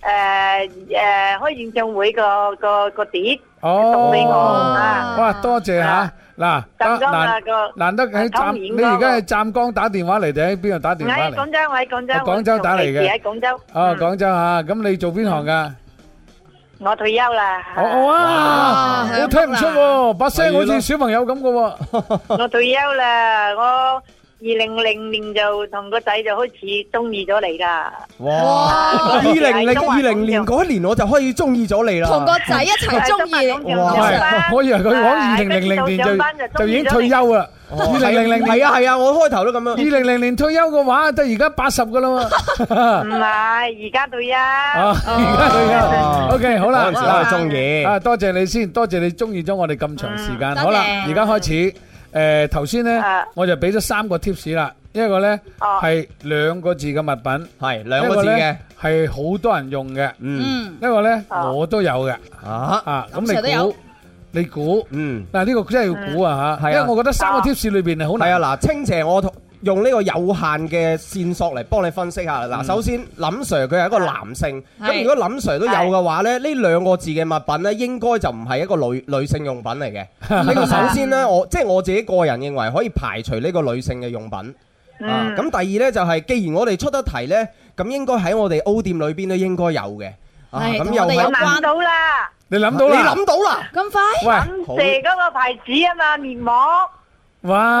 [SPEAKER 9] 诶诶开演唱會個個個碟送俾我
[SPEAKER 4] 哦，
[SPEAKER 9] 啊，
[SPEAKER 4] 哇，多謝嚇
[SPEAKER 9] 啊
[SPEAKER 4] 嗱，
[SPEAKER 9] 湛
[SPEAKER 4] 得
[SPEAKER 9] 江啊
[SPEAKER 4] 難
[SPEAKER 9] 個，
[SPEAKER 4] 難得喺湛，
[SPEAKER 9] 當然
[SPEAKER 4] 你而家
[SPEAKER 9] 嗰個
[SPEAKER 4] 喺湛江打電話嚟定喺邊度打
[SPEAKER 9] 我
[SPEAKER 4] 電話
[SPEAKER 9] 喺
[SPEAKER 4] 嚟
[SPEAKER 9] 廣？州，我喺廣州，
[SPEAKER 4] 哦廣州打嚟嘅
[SPEAKER 9] 我喺廣州，
[SPEAKER 4] 哦，
[SPEAKER 9] 嗯
[SPEAKER 4] 廣州嚇，咁你做邊行㗎？
[SPEAKER 9] 我退休啦，
[SPEAKER 4] 哦哦哇，
[SPEAKER 1] 哇
[SPEAKER 4] 我聽唔出喎，把聲好
[SPEAKER 8] 係
[SPEAKER 4] 似
[SPEAKER 8] 咯
[SPEAKER 4] 小朋友咁嘅喎。
[SPEAKER 9] 我退休啦，我2000年就同個仔就開始中意咗你啦。
[SPEAKER 8] 哇！二零零
[SPEAKER 9] 中華
[SPEAKER 8] 二零年嗰一年我就開始中意咗你啦。
[SPEAKER 1] 同個仔一
[SPEAKER 9] Dạ,
[SPEAKER 1] 齊中意你。
[SPEAKER 8] 哇
[SPEAKER 4] 唔係，我以為佢講二零零零年就就已經退休啦，二零零零
[SPEAKER 8] 係
[SPEAKER 4] 年。
[SPEAKER 8] 啊係啊，我開頭都咁
[SPEAKER 4] 二
[SPEAKER 8] 樣。
[SPEAKER 4] 零零年退休嘅話，得而家八十噶啦喎。
[SPEAKER 9] Ừ, 唔係，而家退休。
[SPEAKER 4] 啊，而家退休。OK，好啦，
[SPEAKER 8] 嗰陣時我係
[SPEAKER 4] 嗱
[SPEAKER 8] 中意。
[SPEAKER 4] 啊，多謝你先，多謝你中意咗我哋咁長時間。
[SPEAKER 1] 嗯
[SPEAKER 4] 好啦
[SPEAKER 1] 多，謝
[SPEAKER 4] 而家開始。誒頭先咧
[SPEAKER 9] 啊，
[SPEAKER 4] 我就俾咗三個 tips 啦，一個咧
[SPEAKER 9] 哦
[SPEAKER 4] 係兩個字嘅物品，
[SPEAKER 8] 係兩個字
[SPEAKER 4] 一
[SPEAKER 8] 嘅
[SPEAKER 4] 呢。係好多人用嘅，
[SPEAKER 8] 嗯
[SPEAKER 1] 嗯
[SPEAKER 4] 一，個咧
[SPEAKER 9] 哦
[SPEAKER 4] 我都有嘅。
[SPEAKER 8] 啊
[SPEAKER 4] 啊，咁
[SPEAKER 1] 咁
[SPEAKER 4] 你
[SPEAKER 1] 誰都
[SPEAKER 4] 估
[SPEAKER 1] 有？
[SPEAKER 4] 你估？
[SPEAKER 8] 嗯，
[SPEAKER 4] 嗱，呢個真係要估啊嚇，
[SPEAKER 8] 係啊
[SPEAKER 4] 因為我覺得三個 tips 裏邊係好
[SPEAKER 8] 係
[SPEAKER 4] 難。
[SPEAKER 8] 啊嗱，清姐我同用呢個有限嘅線索嚟幫你分析下。嗱，首先林 Sir 佢係一個男性，
[SPEAKER 1] 係
[SPEAKER 8] 咁如果林 Sir 都有嘅話咧，呢兩個字嘅物品咧，應該就唔係一個女女性用品嚟 嘅。呢個首先咧，我即係我自己個人認為可以排除呢個女性嘅用品。
[SPEAKER 9] Ừ.
[SPEAKER 8] 啊，咁第二呢，就係，既然我哋出得題呢，咁應該喺我哋 O 店裏邊都應該有嘅。啊，
[SPEAKER 1] 係
[SPEAKER 8] 咁
[SPEAKER 1] 同
[SPEAKER 8] 又
[SPEAKER 1] 我哋
[SPEAKER 8] 係
[SPEAKER 1] 有
[SPEAKER 8] 啊
[SPEAKER 9] 我諗到啦，
[SPEAKER 4] 你諗
[SPEAKER 8] 你
[SPEAKER 4] 到啦？
[SPEAKER 8] 諗到啦，
[SPEAKER 1] 咁快？
[SPEAKER 4] 喂，
[SPEAKER 9] 咁蛇嗰個牌子啊嘛，面膜。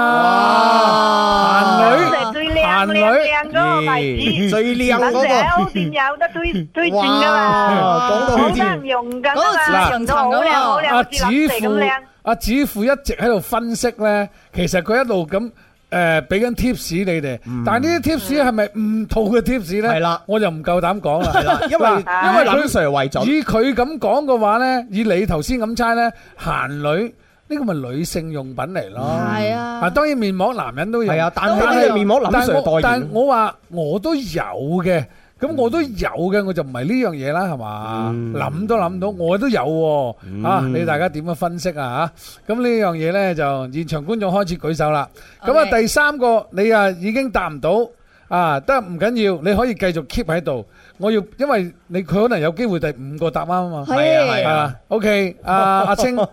[SPEAKER 4] 哇，男
[SPEAKER 8] 哇
[SPEAKER 4] 女，
[SPEAKER 9] 咁蛇最靚，
[SPEAKER 4] 男女。
[SPEAKER 9] 靚，靚嗰個牌子。
[SPEAKER 8] 最靚嗰個，
[SPEAKER 9] 咁蛇喺歐店有得推-推薦㗎嘛。
[SPEAKER 8] 哇，講到好似
[SPEAKER 9] 好多人用㗎嘛，
[SPEAKER 1] 嗰個似
[SPEAKER 9] 用到好靚，好靚，
[SPEAKER 4] 阿
[SPEAKER 9] 好似
[SPEAKER 4] 子富
[SPEAKER 9] 林蛇咁靚。，
[SPEAKER 4] 阿子富一直喺度分析呢，其實佢一路咁。誒俾緊 tips 你哋，但係呢啲 tips 係咪誤導嘅 tips 咧？
[SPEAKER 8] 係啦
[SPEAKER 4] 我就唔夠膽講啦。
[SPEAKER 8] 啦因為
[SPEAKER 4] 嗱因為
[SPEAKER 8] 以林
[SPEAKER 4] 佢
[SPEAKER 8] Sir 為準
[SPEAKER 4] 以佢咁講嘅話咧，以你頭先咁猜咧，閒女呢個咪女性用品嚟咯。
[SPEAKER 1] 係啊
[SPEAKER 4] 啊當然面膜男人都有。
[SPEAKER 8] 係啊，但係
[SPEAKER 4] 但
[SPEAKER 8] 呢個面膜林
[SPEAKER 4] 但係
[SPEAKER 8] Sir
[SPEAKER 4] 我
[SPEAKER 8] 代
[SPEAKER 4] 但係
[SPEAKER 8] 言，
[SPEAKER 4] 我話我都有嘅，咁我都有嘅，我就唔係呢樣嘢啦，係嘛？
[SPEAKER 8] 嗯
[SPEAKER 4] 諗都諗到，我都有喎。啊，你大家點樣分析啊？嚇，咁呢樣嘢呢，就現場觀眾開始舉手啦。咁啊，
[SPEAKER 1] OK
[SPEAKER 4] 第三個你啊已經答唔到。啊，得唔緊要，你可以繼續 keep 喺度。我要，因為你佢可能有機會第五個答啱啊嘛。
[SPEAKER 8] 係啊係
[SPEAKER 1] 係。
[SPEAKER 4] 啊，OK，阿阿青，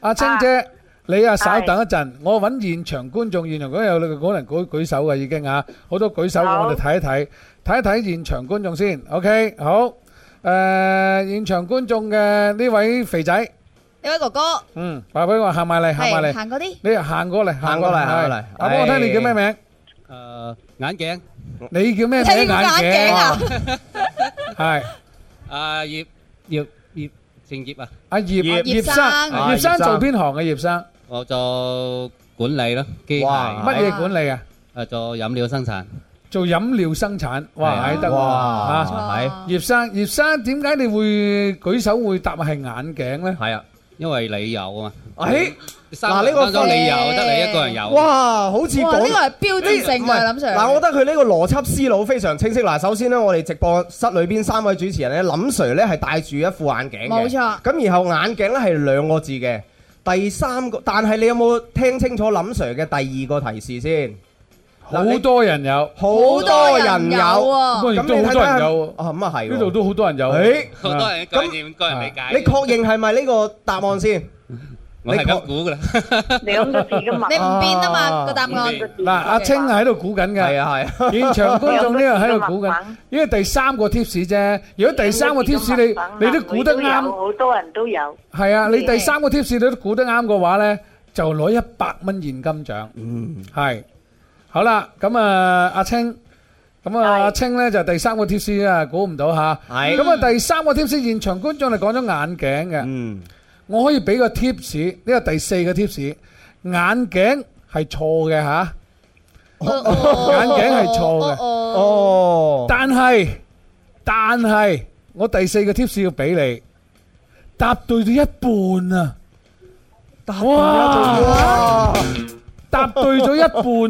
[SPEAKER 4] 阿青姐，你啊稍等一陣，我揾現場觀眾，現場觀眾有可能舉舉手嘅已經啊，好多舉手嘅，
[SPEAKER 9] 好
[SPEAKER 4] 我哋睇一睇，睇一睇現場觀眾先，OK，好，誒現場觀眾嘅呢位肥仔，
[SPEAKER 1] 呢位哥哥，
[SPEAKER 4] 嗯，話俾我行埋嚟，行埋
[SPEAKER 1] 係
[SPEAKER 4] 嚟，
[SPEAKER 1] 行嗰啲。
[SPEAKER 4] 你行過嚟，
[SPEAKER 8] 行過嚟
[SPEAKER 4] 係
[SPEAKER 8] 行過嚟
[SPEAKER 4] 話俾我聽你叫咩名？
[SPEAKER 10] 誒眼鏡，
[SPEAKER 4] 你叫咩名？
[SPEAKER 1] 你要眼鏡
[SPEAKER 4] 鏡，
[SPEAKER 1] 啊？
[SPEAKER 4] 係
[SPEAKER 10] 啊葉葉葉姓葉啊，
[SPEAKER 4] 阿葉
[SPEAKER 8] 葉
[SPEAKER 4] 葉生，
[SPEAKER 1] 啊
[SPEAKER 4] 葉
[SPEAKER 8] 葉
[SPEAKER 4] 生
[SPEAKER 8] 生
[SPEAKER 4] 做邊行嘅葉生？
[SPEAKER 10] 我做管理咯，機
[SPEAKER 8] 哇
[SPEAKER 10] 械
[SPEAKER 4] 乜嘢管理啊？
[SPEAKER 10] 誒做飲料生產，
[SPEAKER 4] 做飲料生產，
[SPEAKER 10] 係
[SPEAKER 4] 哇，
[SPEAKER 10] 啊
[SPEAKER 4] 係得喎
[SPEAKER 8] 哇
[SPEAKER 4] 嚇！
[SPEAKER 1] 哇
[SPEAKER 4] 葉生，葉生點解你會舉手會答係眼鏡咧？
[SPEAKER 10] 係啊，因為你有啊嘛，
[SPEAKER 8] 誒，
[SPEAKER 10] 三
[SPEAKER 8] 嗱，
[SPEAKER 10] 個
[SPEAKER 8] 呢
[SPEAKER 10] 人
[SPEAKER 8] 個
[SPEAKER 10] 當中
[SPEAKER 8] 分
[SPEAKER 10] 你有，得你一個人有。
[SPEAKER 8] 哇，好似
[SPEAKER 1] 哇
[SPEAKER 8] 講
[SPEAKER 1] 呢個係標誌性㗎
[SPEAKER 8] 呢唔係
[SPEAKER 1] 林 Sir
[SPEAKER 8] 嗱，我覺得佢呢個邏輯思路非常清晰。嗱，首先呢，我哋直播室裏邊三位主持人呢，林 Sir 呢係戴住一副眼鏡嘅
[SPEAKER 1] 冇錯
[SPEAKER 8] 咁然後眼鏡呢係兩個字嘅。第三個，但係你有冇聽清楚林 Sir 嘅第二個提示先？
[SPEAKER 4] 好
[SPEAKER 8] 嗱你
[SPEAKER 4] 多人有，
[SPEAKER 8] 好多人有，
[SPEAKER 1] 好
[SPEAKER 4] 多人有喎
[SPEAKER 8] 咁
[SPEAKER 4] 亦
[SPEAKER 8] 你睇
[SPEAKER 4] 都好多人
[SPEAKER 8] 睇
[SPEAKER 4] 有喎
[SPEAKER 8] 啊，咁啊係喎
[SPEAKER 4] 呢度都好多人有。
[SPEAKER 8] 誒
[SPEAKER 10] 好多人個人點個人理解。
[SPEAKER 8] 你確認係咪呢個答案先？
[SPEAKER 10] 我係咁估㗎啦。
[SPEAKER 9] 你咁多字噶嘛？
[SPEAKER 1] 你唔變啊嘛
[SPEAKER 8] 啊
[SPEAKER 1] 個答案。
[SPEAKER 4] 嗱，阿青喺度估緊
[SPEAKER 8] 係
[SPEAKER 4] 嘅，
[SPEAKER 8] 啊係啊，
[SPEAKER 4] 現場觀眾呢個喺度估緊
[SPEAKER 9] 有個字嘅默，
[SPEAKER 4] 因為第三個 tips 啫。如果第三個 tips 你你都估得啱，
[SPEAKER 9] 好多人都有。
[SPEAKER 4] 係啊，你第三個 tips 你都估得啱嘅話咧，就攞一百蚊現金獎。
[SPEAKER 8] 嗯，
[SPEAKER 4] 係，好啦，咁啊，阿青，咁啊，
[SPEAKER 9] 係
[SPEAKER 4] 阿青咧就第三個 tips 啊，估唔到吓。
[SPEAKER 8] 係
[SPEAKER 4] 咁啊，第三個 tips 現場觀眾就講咗眼鏡嘅，
[SPEAKER 8] 嗯，
[SPEAKER 4] 我可以俾個 tips，呢個第四個 tips，眼鏡係錯嘅吓，眼鏡係錯嘅，
[SPEAKER 1] 哦，
[SPEAKER 8] 哦，
[SPEAKER 4] 但係但係我第四個 tips 要俾你，答對咗一半啊！哇！
[SPEAKER 8] 哇，
[SPEAKER 4] 答對咗一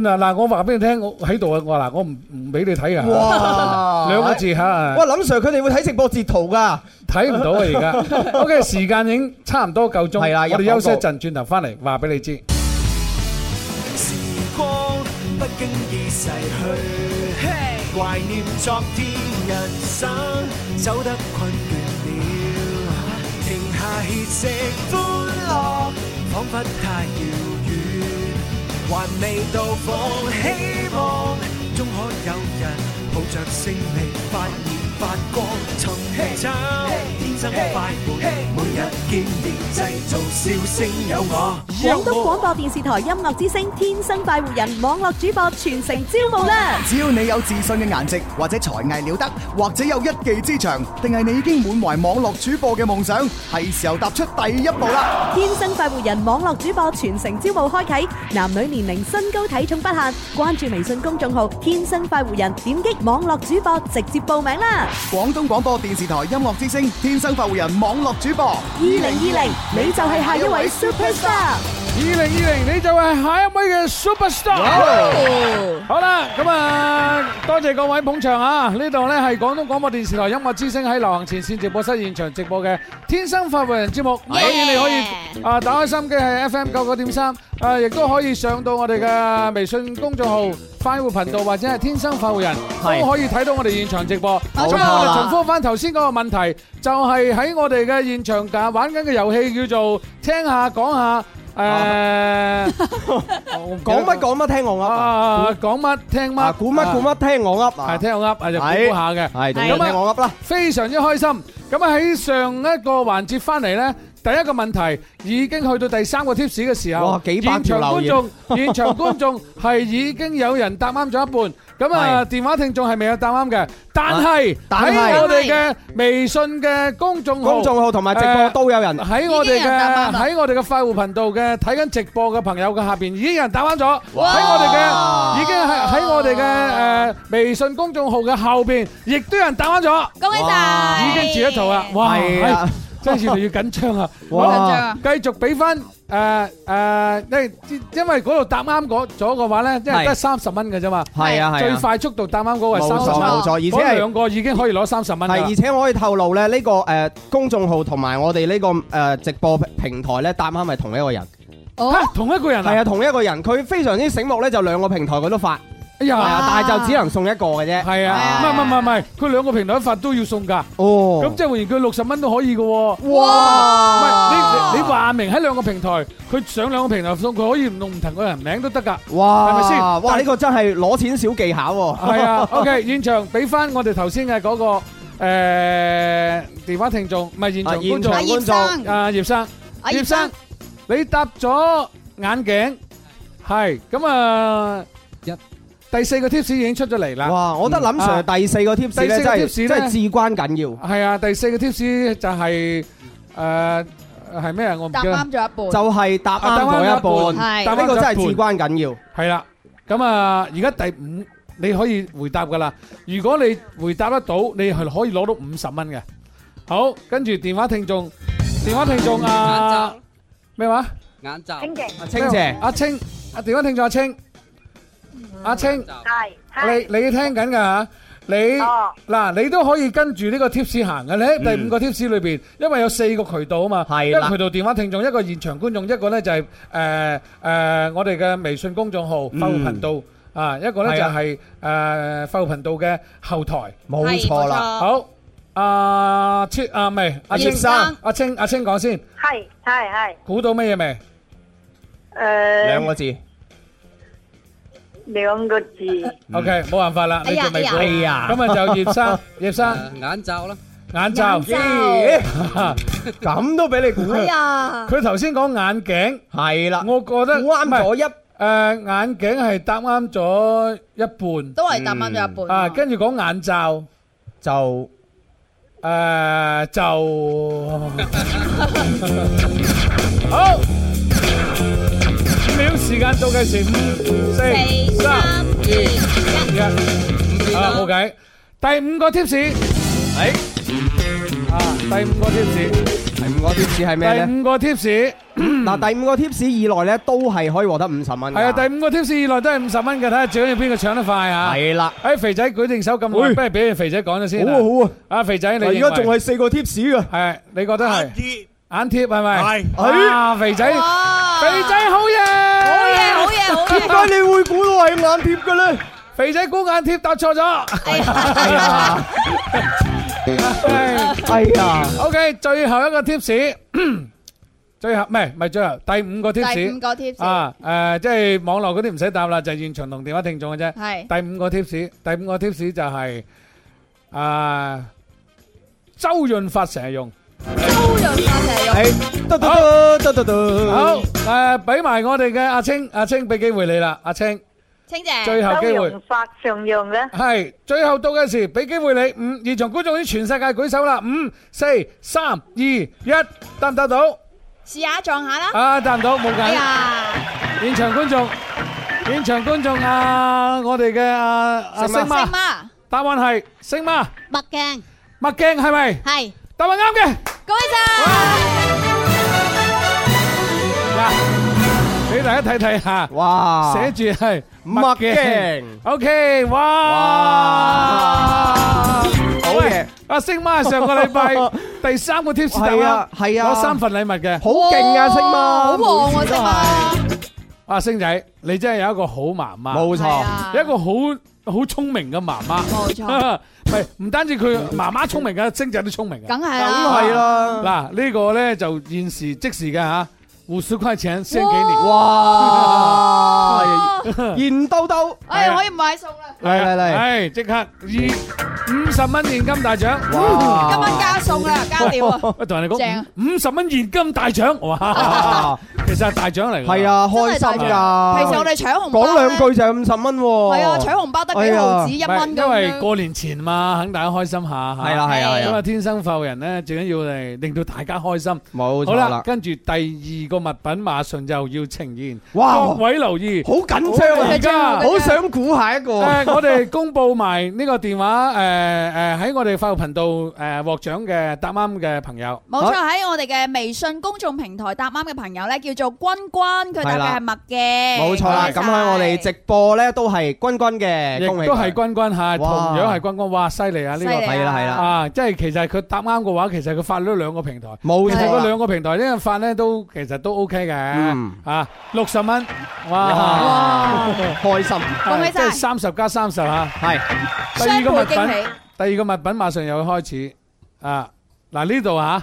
[SPEAKER 4] 半啊！嗱，我話俾你聽，我喺度啊，我話嗱，我唔唔俾你睇啊！
[SPEAKER 8] 哇，
[SPEAKER 4] 兩個字嚇，
[SPEAKER 8] 哇，林 Sir 佢哋會睇直播截圖㗎，
[SPEAKER 4] 睇唔到啊而家。OK，時間已經差唔多夠鐘，
[SPEAKER 8] 係啦
[SPEAKER 4] 我哋
[SPEAKER 8] 入廣
[SPEAKER 4] 休
[SPEAKER 8] 告
[SPEAKER 4] 息一陣，轉頭翻嚟話俾你知。
[SPEAKER 7] 時光不經意逝去，懷念昨天，人生走得困倦了，停下歇息，歡樂彷彿太遙遠，還未到訪，希望終可有人抱着勝利發現發光，尋找天生快活，每日見面製造笑聲有我。
[SPEAKER 2] 廣東廣播電視台音樂之聲天生快活人網絡主播全城招募啦！
[SPEAKER 3] 只要你有自信嘅顏值或者才藝了得，或者有一技之長，定係你已經滿懷網絡主播嘅夢想，係時候踏出第一步啦！
[SPEAKER 2] 天生快活人網絡主播全城招募開啟，男女年齡、身高體重不限。關注微信公眾號「天生快活人」，點擊網絡主播直接報名啦！
[SPEAKER 3] 廣東廣播電視台音樂之聲天生快活人網絡主播，
[SPEAKER 2] 二零二零，你就係下一位 superstar。
[SPEAKER 4] 二零二零，你就係下一位嘅 super star。好啦，咁啊，多謝各位捧場啊！呢度呢係廣東廣播電視台音樂之聲喺流行前線直播室現場直播嘅《天生發福人》節目，所以你可以啊打開心機係 FM 九九點三，啊亦都可以上到我哋嘅微信公眾號快活頻道或者係天生發福人，
[SPEAKER 8] 係
[SPEAKER 4] 都可以睇到我哋現場直播。
[SPEAKER 8] 冇錯
[SPEAKER 4] 咁啊，我哋
[SPEAKER 8] 啦
[SPEAKER 4] 重複翻頭先嗰個問題，就係喺我哋嘅現場嘅玩緊嘅遊戲叫做聽下講下。 誒，
[SPEAKER 8] 講乜講乜聽我噏啊，
[SPEAKER 4] 啊？講乜聽乜？
[SPEAKER 8] 啊估乜估乜聽我噏啊，
[SPEAKER 4] 係聽我噏，啊就估估下嘅，
[SPEAKER 8] 係
[SPEAKER 4] 咁啊
[SPEAKER 8] 咁聽我噏啦，
[SPEAKER 4] 非常之開心。咁啊喺上一個環節翻嚟呢，第一個問題已經去到第三個 tips 嘅時候，
[SPEAKER 8] 哇幾百
[SPEAKER 4] 現場
[SPEAKER 8] 條留
[SPEAKER 4] 觀
[SPEAKER 8] 言
[SPEAKER 4] 眾，現場觀眾係已經有人答啱咗一半。咁啊，電話聽眾係未有答啱嘅，但係
[SPEAKER 8] 但係
[SPEAKER 4] 喺我哋嘅微信嘅公眾號
[SPEAKER 8] 公眾號同埋直播都有人，
[SPEAKER 4] 喺我
[SPEAKER 1] 已
[SPEAKER 4] 哋
[SPEAKER 1] 經有人答
[SPEAKER 4] 嘅
[SPEAKER 1] 啱啦
[SPEAKER 4] 喺我哋嘅快活頻道嘅睇緊直播嘅朋友嘅下邊已經有人打翻咗，喺
[SPEAKER 8] 哇
[SPEAKER 4] 我哋嘅已經係喺我哋嘅誒微信公眾號嘅後邊，亦都有人打翻咗，
[SPEAKER 1] 恭喜
[SPEAKER 8] 哇
[SPEAKER 1] 晒！
[SPEAKER 4] 已經截咗圖啦！哇，
[SPEAKER 8] 係啊
[SPEAKER 4] 係真係越嚟越緊張啊！
[SPEAKER 8] 哇
[SPEAKER 4] 好
[SPEAKER 1] 緊張啊
[SPEAKER 4] 繼續俾翻誒誒，因為因為嗰度答啱嗰咗嘅話咧，即係
[SPEAKER 8] 係
[SPEAKER 4] 得三十蚊嘅啫嘛，
[SPEAKER 8] 係啊係
[SPEAKER 4] 最
[SPEAKER 8] 啊。
[SPEAKER 4] 快速度答啱嗰個係
[SPEAKER 8] 冇
[SPEAKER 4] 三十
[SPEAKER 8] 錯
[SPEAKER 4] 蚊，
[SPEAKER 8] 冇錯，而且
[SPEAKER 4] 嗰
[SPEAKER 8] 係
[SPEAKER 4] 兩個已經可以攞三十蚊啦
[SPEAKER 8] 係，而且我可以透露咧，呢、個誒、呃公眾號同埋我哋呢、個誒、呃直播平台咧，答啱係同一個人。
[SPEAKER 4] 嚇同一個人
[SPEAKER 8] 係
[SPEAKER 4] 啊！
[SPEAKER 8] 啊，同一個人，佢非常之醒目咧，就兩個平台佢都發，
[SPEAKER 4] 哎
[SPEAKER 8] 係
[SPEAKER 4] 呀
[SPEAKER 8] 啊，但係就只能送一個嘅啫。
[SPEAKER 4] 係啊，唔係唔係唔係，佢兩個平台發都要送㗎，
[SPEAKER 8] 哦，
[SPEAKER 4] 咁即係換言佢六十蚊都可以嘅喎。唔
[SPEAKER 8] 哇，
[SPEAKER 4] 係你你你話明喺兩個平台，佢上兩個平台送，佢可以唔用唔同個人名都得㗎。
[SPEAKER 8] 哇，
[SPEAKER 4] 係咪先
[SPEAKER 8] 哇，呢個真係攞錢小技巧喎。
[SPEAKER 4] 係 啊 à.，OK，現場俾翻我哋頭先嘅嗰個誒電話聽眾，唔係現場觀眾
[SPEAKER 8] 啊
[SPEAKER 1] 阿葉
[SPEAKER 8] 現場觀
[SPEAKER 1] 生，
[SPEAKER 4] 啊，葉生，
[SPEAKER 1] 阿
[SPEAKER 4] 葉
[SPEAKER 1] 葉生
[SPEAKER 4] 生，你答咗眼鏡，係咁啊，一第四個 tips 已經出咗嚟啦。
[SPEAKER 8] 哇，我覺得林 Sir 第四個 tips
[SPEAKER 4] 第
[SPEAKER 8] 咧，
[SPEAKER 4] 四
[SPEAKER 8] 真
[SPEAKER 4] 個
[SPEAKER 8] 係
[SPEAKER 4] tips 呢
[SPEAKER 8] 真係至關緊要。
[SPEAKER 4] 係啊，第四個 tips 就係誒係咩啊？我唔
[SPEAKER 1] 答
[SPEAKER 4] 記得啦。
[SPEAKER 1] 啱咗一半。
[SPEAKER 8] 就係答啱嗰一半，
[SPEAKER 1] 係
[SPEAKER 4] 答啱咗一半
[SPEAKER 8] 呢個真係至關緊要。
[SPEAKER 4] 係啦，咁啊，而家第五你可以回答噶啦。如果你回答得到，你係可以攞到五十蚊嘅。好，跟住電話聽眾，電話聽眾啊，咩話？
[SPEAKER 10] 眼罩，
[SPEAKER 9] 清靜
[SPEAKER 8] 清姐
[SPEAKER 4] 阿清，阿電話聽眾阿清，阿清，
[SPEAKER 9] 係
[SPEAKER 4] 你
[SPEAKER 9] 係
[SPEAKER 4] 你聽緊㗎嚇。你
[SPEAKER 9] 哦
[SPEAKER 4] 嗱，你都可以跟住呢個 tips 行嘅。你喺第五個 tips 裏邊，因為有四個渠道啊嘛，一
[SPEAKER 8] 係
[SPEAKER 4] 個
[SPEAKER 8] 啦
[SPEAKER 4] 渠道電話聽眾，一個現場觀眾，一個咧就係誒誒我哋嘅微信公眾號快活頻道啊，一個咧就
[SPEAKER 8] 係啊
[SPEAKER 4] 係誒快活頻道嘅後台。
[SPEAKER 8] 冇錯啦，
[SPEAKER 4] 好，阿切啊，未阿
[SPEAKER 1] 葉
[SPEAKER 4] 清
[SPEAKER 1] 生
[SPEAKER 4] 阿清阿清講先，
[SPEAKER 9] 係係係
[SPEAKER 4] 估到乜嘢未？
[SPEAKER 8] 兩
[SPEAKER 9] 誒
[SPEAKER 8] 個字。
[SPEAKER 9] 兩個字。
[SPEAKER 4] OK，冇辦法啦，
[SPEAKER 1] 哎
[SPEAKER 4] 你
[SPEAKER 1] 呀
[SPEAKER 4] 仲未估，
[SPEAKER 1] 哎
[SPEAKER 8] 呀
[SPEAKER 4] 咁啊就葉生，葉生
[SPEAKER 10] 誒眼罩啦，
[SPEAKER 4] 眼罩，
[SPEAKER 1] 眼罩
[SPEAKER 4] 咦
[SPEAKER 8] 咁都俾你估，
[SPEAKER 1] 哎呀，
[SPEAKER 4] 佢頭先講眼鏡，
[SPEAKER 8] 係啦，
[SPEAKER 4] 我覺得
[SPEAKER 8] 估啱咗一，
[SPEAKER 4] 誒眼鏡係答啱咗一
[SPEAKER 1] 都係答啱咗一
[SPEAKER 4] 半，啊
[SPEAKER 1] 半。
[SPEAKER 4] 跟住講眼罩，
[SPEAKER 8] 就
[SPEAKER 4] 誒 就好，五秒時間倒計時，五、四、
[SPEAKER 1] 四
[SPEAKER 4] 三
[SPEAKER 1] 三、二
[SPEAKER 4] 一。
[SPEAKER 10] 五件
[SPEAKER 4] 啊，冇
[SPEAKER 10] 啦，
[SPEAKER 4] 計。第五個 tips，
[SPEAKER 8] 诶，
[SPEAKER 4] 啊，第五個 tips，
[SPEAKER 8] 第五個 tips 係咩咧？
[SPEAKER 4] 第五個 tips，
[SPEAKER 8] 嗱，第五個 tips 以內咧，都係可以獲得五十蚊㗎。
[SPEAKER 4] 係啊，第五個 tips 以內都係五十蚊嘅，睇下最緊要邊個搶得快啊！
[SPEAKER 8] 係啦，
[SPEAKER 4] 誒，肥仔舉定手咁耐，
[SPEAKER 8] 喂
[SPEAKER 4] 不如俾肥仔講咗先。
[SPEAKER 8] 好啊好啊，
[SPEAKER 4] 啊，肥仔你
[SPEAKER 8] 嗱，
[SPEAKER 4] 認為
[SPEAKER 8] 而家仲係四個 tips 㗎。
[SPEAKER 4] 係你覺得係眼貼係咪？
[SPEAKER 8] 係
[SPEAKER 4] 啊，肥仔，
[SPEAKER 1] 哇
[SPEAKER 4] 肥仔好嘢，
[SPEAKER 1] 好嘢，好嘢，好
[SPEAKER 8] 點
[SPEAKER 1] 嘢！
[SPEAKER 8] 解你會估到係眼貼嘅咧？
[SPEAKER 4] 肥仔估眼貼答錯咗。
[SPEAKER 1] 哎
[SPEAKER 8] 哎呀，
[SPEAKER 4] 唉
[SPEAKER 8] 哎呀，
[SPEAKER 4] OK，最後一個 tips，最後唔係唔係最後第五個 tips。
[SPEAKER 1] 第五個 tips
[SPEAKER 4] 啊，誒、即係網絡嗰啲唔使答啦，就係現場同電話聽眾嘅啫。
[SPEAKER 1] 係
[SPEAKER 4] 第五個 tips，第五個 tips 就係、啊，周潤發成日用。
[SPEAKER 1] 周潤發成日用
[SPEAKER 8] 哎，得得得得得得，
[SPEAKER 4] 好，誒、俾埋我哋嘅阿青，阿青俾機會你啦，阿青，
[SPEAKER 1] 清姐，
[SPEAKER 4] 最後機會
[SPEAKER 9] 周。容發常用咧，
[SPEAKER 4] 係，最後到嘅時，俾機會你。五，現場觀眾已經全世界舉手啦。五、四、三、二、一，答唔答到？
[SPEAKER 1] 試下撞下啦。
[SPEAKER 4] 啊，答唔到，冇
[SPEAKER 1] 哎
[SPEAKER 4] 計。
[SPEAKER 1] 呀，
[SPEAKER 4] 現場觀眾，現場觀眾啊，我哋嘅啊啊星
[SPEAKER 8] 星
[SPEAKER 1] 星
[SPEAKER 4] 媽，
[SPEAKER 1] 媽，
[SPEAKER 4] 答案係星媽，
[SPEAKER 1] 墨鏡
[SPEAKER 4] 墨鏡係咪？
[SPEAKER 1] 係，
[SPEAKER 4] 答案啱嘅。
[SPEAKER 1] 恭喜晒！
[SPEAKER 4] 嗱，俾大家睇睇下，
[SPEAKER 8] 哇，
[SPEAKER 4] 寫住係
[SPEAKER 8] 墨鏡，
[SPEAKER 4] OK，哇
[SPEAKER 8] 哇，好嘢，
[SPEAKER 4] 阿星媽係上個禮拜第三個 tips 答
[SPEAKER 8] 係啊
[SPEAKER 4] 啦，
[SPEAKER 8] 係啊
[SPEAKER 4] 攞三份禮物嘅。
[SPEAKER 8] 好勁啊，星媽，
[SPEAKER 1] 好旺
[SPEAKER 8] 每
[SPEAKER 1] 喎，
[SPEAKER 8] 次
[SPEAKER 1] 星
[SPEAKER 8] 都係
[SPEAKER 1] 媽，
[SPEAKER 4] 阿星仔，你真係有一個好媽媽。
[SPEAKER 8] 冇錯，
[SPEAKER 1] Ờ,
[SPEAKER 4] 一個好好聰明嘅媽媽，
[SPEAKER 1] 啊冇錯，
[SPEAKER 4] 唔係唔單止佢媽媽聰明嘅，星仔都聰明嘅。啊
[SPEAKER 1] 梗係
[SPEAKER 8] 梗
[SPEAKER 1] 啦，
[SPEAKER 8] 啊係啦，
[SPEAKER 4] 嗱，呢個咧就現時即時嘅嚇，五十塊錢先給你。
[SPEAKER 8] 哇，
[SPEAKER 4] 啊
[SPEAKER 1] 哦，
[SPEAKER 8] 現兜兜，
[SPEAKER 4] Ờ.
[SPEAKER 1] 哎，可以買餸啦，
[SPEAKER 8] 嚟嚟嚟，
[SPEAKER 4] 係啊哎即刻二五十蚊現金大獎。
[SPEAKER 8] 哇，
[SPEAKER 1] 今晚加餸啦，加料啊，
[SPEAKER 4] 喂，同人哋
[SPEAKER 1] 正啊
[SPEAKER 4] 講五五十蚊現金大獎， 哇！
[SPEAKER 8] 啊，
[SPEAKER 4] 其實係大獎嚟㗎。
[SPEAKER 8] 係啊，
[SPEAKER 1] 真
[SPEAKER 8] 開
[SPEAKER 1] 係大
[SPEAKER 8] 心
[SPEAKER 1] 獎
[SPEAKER 8] 㗎，
[SPEAKER 1] 平時我哋搶紅包
[SPEAKER 8] 講兩
[SPEAKER 1] 咧，
[SPEAKER 8] 句就係五十蚊喎，
[SPEAKER 1] 係啊，搶紅包得
[SPEAKER 8] 哎
[SPEAKER 1] 幾
[SPEAKER 8] 呀
[SPEAKER 1] 毫子一
[SPEAKER 4] 唔係，
[SPEAKER 1] 蚊咁
[SPEAKER 4] 因為
[SPEAKER 1] 樣，
[SPEAKER 4] 過年前嘛，肯大家開心下嚇。
[SPEAKER 8] 係啦係啦係
[SPEAKER 4] 咁
[SPEAKER 8] 啦，
[SPEAKER 4] 啊，天生浮人咧，最緊要係令到大家開心。
[SPEAKER 8] 冇
[SPEAKER 4] 好
[SPEAKER 8] 錯
[SPEAKER 4] 啦
[SPEAKER 8] 啦，，
[SPEAKER 4] 跟住第二個物品馬上就要呈現，各
[SPEAKER 8] 哇，
[SPEAKER 4] 位留意。
[SPEAKER 8] 好緊張啊
[SPEAKER 4] 而，家
[SPEAKER 8] 好想估下一個，
[SPEAKER 4] 誒，我哋公佈埋呢個電話誒誒喺我哋快活頻道誒獲獎嘅答啱嘅朋友，
[SPEAKER 1] 冇錯，喺我哋嘅微信公眾平台答啱嘅朋友咧，叫做君君，佢答
[SPEAKER 8] 係
[SPEAKER 1] 嘅
[SPEAKER 8] 啦
[SPEAKER 1] 係墨鏡，
[SPEAKER 8] 冇錯啦，
[SPEAKER 1] 恭喜
[SPEAKER 8] 咁喺我哋
[SPEAKER 1] 晒
[SPEAKER 8] 直播咧都係君君嘅，
[SPEAKER 4] 亦
[SPEAKER 8] 恭喜
[SPEAKER 4] 都
[SPEAKER 8] 佢
[SPEAKER 4] 係君君嚇，
[SPEAKER 8] 哇
[SPEAKER 4] 同樣係君君，哇，犀利啊呢
[SPEAKER 1] 犀
[SPEAKER 4] 個！
[SPEAKER 1] 利
[SPEAKER 8] 係啦係啦
[SPEAKER 4] 啊，即係其實佢答啱嘅話，其實佢發咗兩個平台，
[SPEAKER 8] 冇
[SPEAKER 4] 其實
[SPEAKER 8] 錯
[SPEAKER 4] 嗰
[SPEAKER 8] 啦，
[SPEAKER 4] 兩個平台呢個發咧都其實都 OK 嘅
[SPEAKER 8] 嗯，
[SPEAKER 4] 啊，六十蚊，哇，
[SPEAKER 8] 哇，開心
[SPEAKER 1] 恭喜
[SPEAKER 4] 即係
[SPEAKER 1] 晒
[SPEAKER 4] 三十加三十嚇。
[SPEAKER 8] 係
[SPEAKER 4] 第二個物
[SPEAKER 1] 雙倍驚
[SPEAKER 4] 品
[SPEAKER 1] 喜，
[SPEAKER 4] 第二個物品馬上又要開始啊！嗱呢度嚇啊，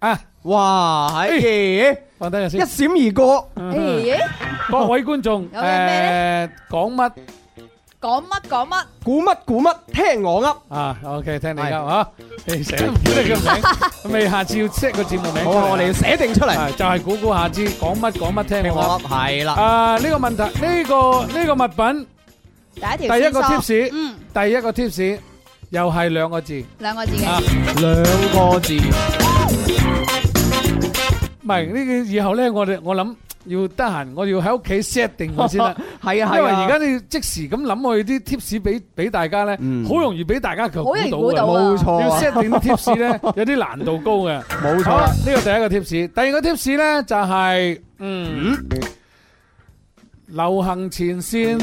[SPEAKER 4] 哎
[SPEAKER 8] 哇
[SPEAKER 1] 哎
[SPEAKER 8] 係
[SPEAKER 4] 放低咗
[SPEAKER 8] 一
[SPEAKER 4] 先。嗯
[SPEAKER 8] 閃而過，
[SPEAKER 1] 咦，
[SPEAKER 4] 各位觀眾，
[SPEAKER 1] 哎有咩咧
[SPEAKER 4] 誒講乜
[SPEAKER 1] 講乜講乜？
[SPEAKER 8] 估乜估乜，聽我噏，
[SPEAKER 4] 啊？OK，聽你
[SPEAKER 8] 係
[SPEAKER 4] 噏啊！ 你成日唔記得個名，咪下次要 set 個節目名出
[SPEAKER 8] 好
[SPEAKER 4] 嚟。
[SPEAKER 8] 啊，我哋要寫定出嚟，
[SPEAKER 4] 係就係估估下知講乜講乜聽
[SPEAKER 8] 聽
[SPEAKER 4] 我
[SPEAKER 8] 我
[SPEAKER 4] 噏。
[SPEAKER 8] 噏，係啦，
[SPEAKER 4] 啊！呢個問題，呢個呢個物品，
[SPEAKER 1] 第一條
[SPEAKER 4] 第一個
[SPEAKER 1] 線索
[SPEAKER 4] tips，
[SPEAKER 1] 嗯，
[SPEAKER 4] 第一個 tips 又係兩個字
[SPEAKER 1] 兩個字嘅。
[SPEAKER 4] 啊！
[SPEAKER 8] 兩個字，
[SPEAKER 4] 唔係呢個以後咧，我哋我諗要得閒，我要喺屋企 set 定 佢先啦。
[SPEAKER 8] 係啊係啊
[SPEAKER 4] 因為而家你即時咁諗佢啲 tips 俾俾大家咧，好容易俾大家求
[SPEAKER 1] 好容易估到
[SPEAKER 4] 到
[SPEAKER 1] 啊
[SPEAKER 4] 嘅。
[SPEAKER 8] 冇錯啊
[SPEAKER 4] 要 set 定啲 tips 咧，有啲難度高嘅。
[SPEAKER 8] 冇錯
[SPEAKER 4] 好啦，呢個第一個 tips，第二個 tips 咧就係嗯。流行前線經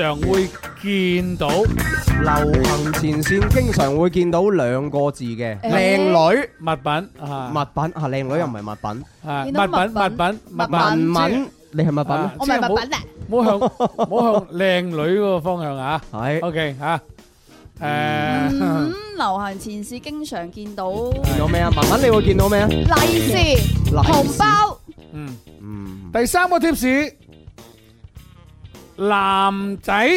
[SPEAKER 4] 常會見到物
[SPEAKER 8] 流行前線經常會見到兩個字嘅
[SPEAKER 1] 誒
[SPEAKER 8] 靚女
[SPEAKER 4] 品啊
[SPEAKER 8] 物品啊，靚女又唔係物品，
[SPEAKER 4] 啊物
[SPEAKER 1] 見
[SPEAKER 4] 品
[SPEAKER 1] 到
[SPEAKER 4] 物品
[SPEAKER 1] 物品
[SPEAKER 4] 物
[SPEAKER 1] 物品
[SPEAKER 8] 文
[SPEAKER 4] 即係
[SPEAKER 8] 文你係物品
[SPEAKER 4] 啊
[SPEAKER 8] 咩？
[SPEAKER 1] 我咪
[SPEAKER 4] 即係
[SPEAKER 1] 物
[SPEAKER 4] 冇
[SPEAKER 1] 品咧，
[SPEAKER 4] 唔好向 唔好向靚女嗰個方向啊
[SPEAKER 8] 係
[SPEAKER 4] ！OK 嚇，誒
[SPEAKER 1] 嗯，流行前市經常見到
[SPEAKER 8] 見到咩啊？文文你會見到咩啊？
[SPEAKER 1] 利是、紅包、
[SPEAKER 4] 嗯，
[SPEAKER 8] 嗯，
[SPEAKER 4] 第三個 tips，男仔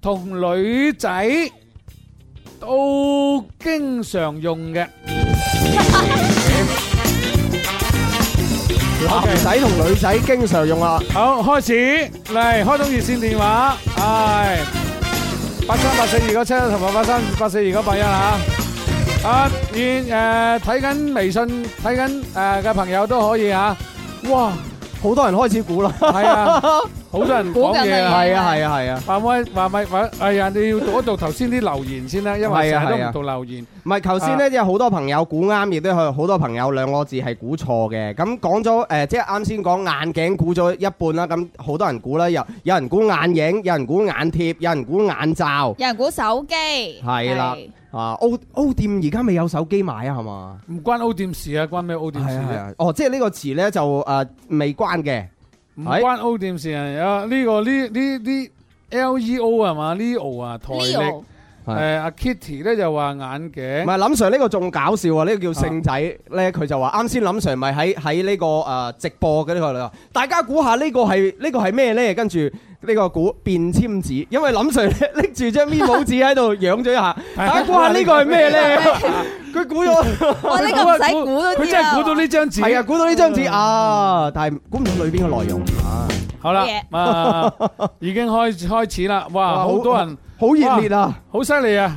[SPEAKER 4] 同女仔都經常用嘅。
[SPEAKER 8] 男仔同女仔經常用啊，
[SPEAKER 4] 好，開始嚟開通熱線電話，係八三八四二九七同埋八三八四二九八一啊。啊，現誒睇緊微信睇緊誒嘅朋友都可以啊。哇，
[SPEAKER 8] 好多人開始估啦，
[SPEAKER 4] 係 啊，好多人講嘢啊。
[SPEAKER 8] 係啊係啊係啊，
[SPEAKER 4] 話咪話咪話，哎呀，你要讀一讀頭先啲留言先啦，因為
[SPEAKER 8] 係啊
[SPEAKER 4] 成日
[SPEAKER 8] 係
[SPEAKER 4] 都
[SPEAKER 8] 啊
[SPEAKER 4] 唔讀留言。
[SPEAKER 8] 唔係頭
[SPEAKER 4] 啊
[SPEAKER 8] 先咧，有好多朋友估啱，亦都有好多朋友兩個字係估錯嘅。咁講咗誒，即係啱先講眼鏡估咗一半啦，咁好多人估啦，有有人估眼影，有人估眼貼，有人估眼罩。
[SPEAKER 1] 有人估手機，
[SPEAKER 8] 係啦
[SPEAKER 1] 係，
[SPEAKER 8] 啊，O O 店而家未有手機買啊，係嘛？
[SPEAKER 4] 唔關 O 店事啊，關咩 O 店事啊？，
[SPEAKER 8] 哦，即係呢個詞咧就誒未關嘅，
[SPEAKER 4] 唔
[SPEAKER 8] 係
[SPEAKER 4] 關 O 店事啊！啊，呢個呢呢呢 L E O 係嘛？Leo 啊，台歷
[SPEAKER 1] Leo
[SPEAKER 8] 係
[SPEAKER 4] 誒阿 Kitty 咧就話眼
[SPEAKER 8] 唔
[SPEAKER 4] 鏡
[SPEAKER 8] 係林 Sir 呢個仲搞笑啊！呢個叫聖仔咧，佢就話啱先林 Sir 咪喺喺呢個誒直播嘅呢個裏頭，大家估下呢個係呢個係咩咧？跟住呢個估便簽紙，因為林 Sir 咧拎住張咪帽紙喺度養咗一下，大家估下呢個係咩咧？ 佢估咗，
[SPEAKER 1] 哇，呢個唔使估啊都知啦
[SPEAKER 4] 佢真係估到呢張紙。
[SPEAKER 8] 係啊，估到呢張紙啊，但係估唔到裏邊嘅內容啊，
[SPEAKER 4] 好啦
[SPEAKER 1] 嘢，
[SPEAKER 4] 啊，已經開開始啦！哇，
[SPEAKER 8] 哇
[SPEAKER 4] 好多人
[SPEAKER 8] 好熱烈啊！
[SPEAKER 4] 好犀利啊！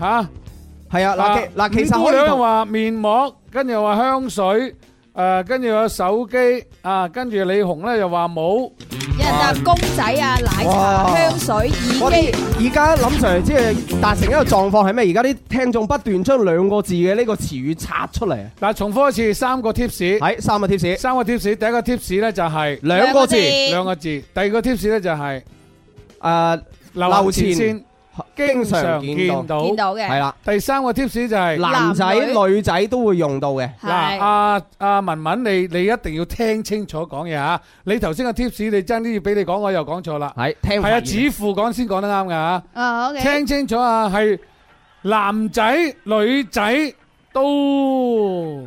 [SPEAKER 4] 嚇〜
[SPEAKER 8] 係啊，嗱其嗱其
[SPEAKER 4] 五
[SPEAKER 8] 實
[SPEAKER 4] 姑
[SPEAKER 8] 可以
[SPEAKER 4] 娘
[SPEAKER 8] 同
[SPEAKER 4] 話面膜，跟住又話香水，誒，跟住有手機，啊，跟住李紅咧又話冇，
[SPEAKER 1] 有人搭公仔啊、奶
[SPEAKER 8] 哇
[SPEAKER 1] 茶、香水、
[SPEAKER 8] 我
[SPEAKER 1] 耳
[SPEAKER 8] 哋
[SPEAKER 1] 機，
[SPEAKER 8] 而家諗 Sir 即係達成一個狀況係咩？而家啲聽眾不斷將兩個字嘅呢個詞語拆出嚟，啊
[SPEAKER 4] 嗱，重複一次三個 tips，
[SPEAKER 8] 係三個貼士，
[SPEAKER 4] 三個 tips，第一個 tips 咧就係
[SPEAKER 8] 兩個字，
[SPEAKER 1] 兩
[SPEAKER 4] 兩個字，第二個 tips 咧就係
[SPEAKER 8] 誒
[SPEAKER 4] 流
[SPEAKER 8] 流
[SPEAKER 4] 前線
[SPEAKER 8] 前經
[SPEAKER 4] 經
[SPEAKER 8] 常
[SPEAKER 4] 常
[SPEAKER 8] 見
[SPEAKER 4] 見
[SPEAKER 8] 到，
[SPEAKER 4] 到
[SPEAKER 1] 見，到
[SPEAKER 8] 係
[SPEAKER 1] 嘅，
[SPEAKER 8] 啦，
[SPEAKER 4] 第三個 tips 就係
[SPEAKER 8] 男仔女仔都會用到嘅，
[SPEAKER 4] 嗱，阿阿文文你你一定要聽清楚講嘢嚇，你頭先個 tips 你爭啲要俾你講，我又講錯啦，
[SPEAKER 8] 係聽
[SPEAKER 4] 係啊，
[SPEAKER 8] 發言
[SPEAKER 4] 子父講先講得啱㗎嚇。
[SPEAKER 1] 啊，OK，
[SPEAKER 2] Dạ.
[SPEAKER 4] 聽清楚啊，係男仔、女仔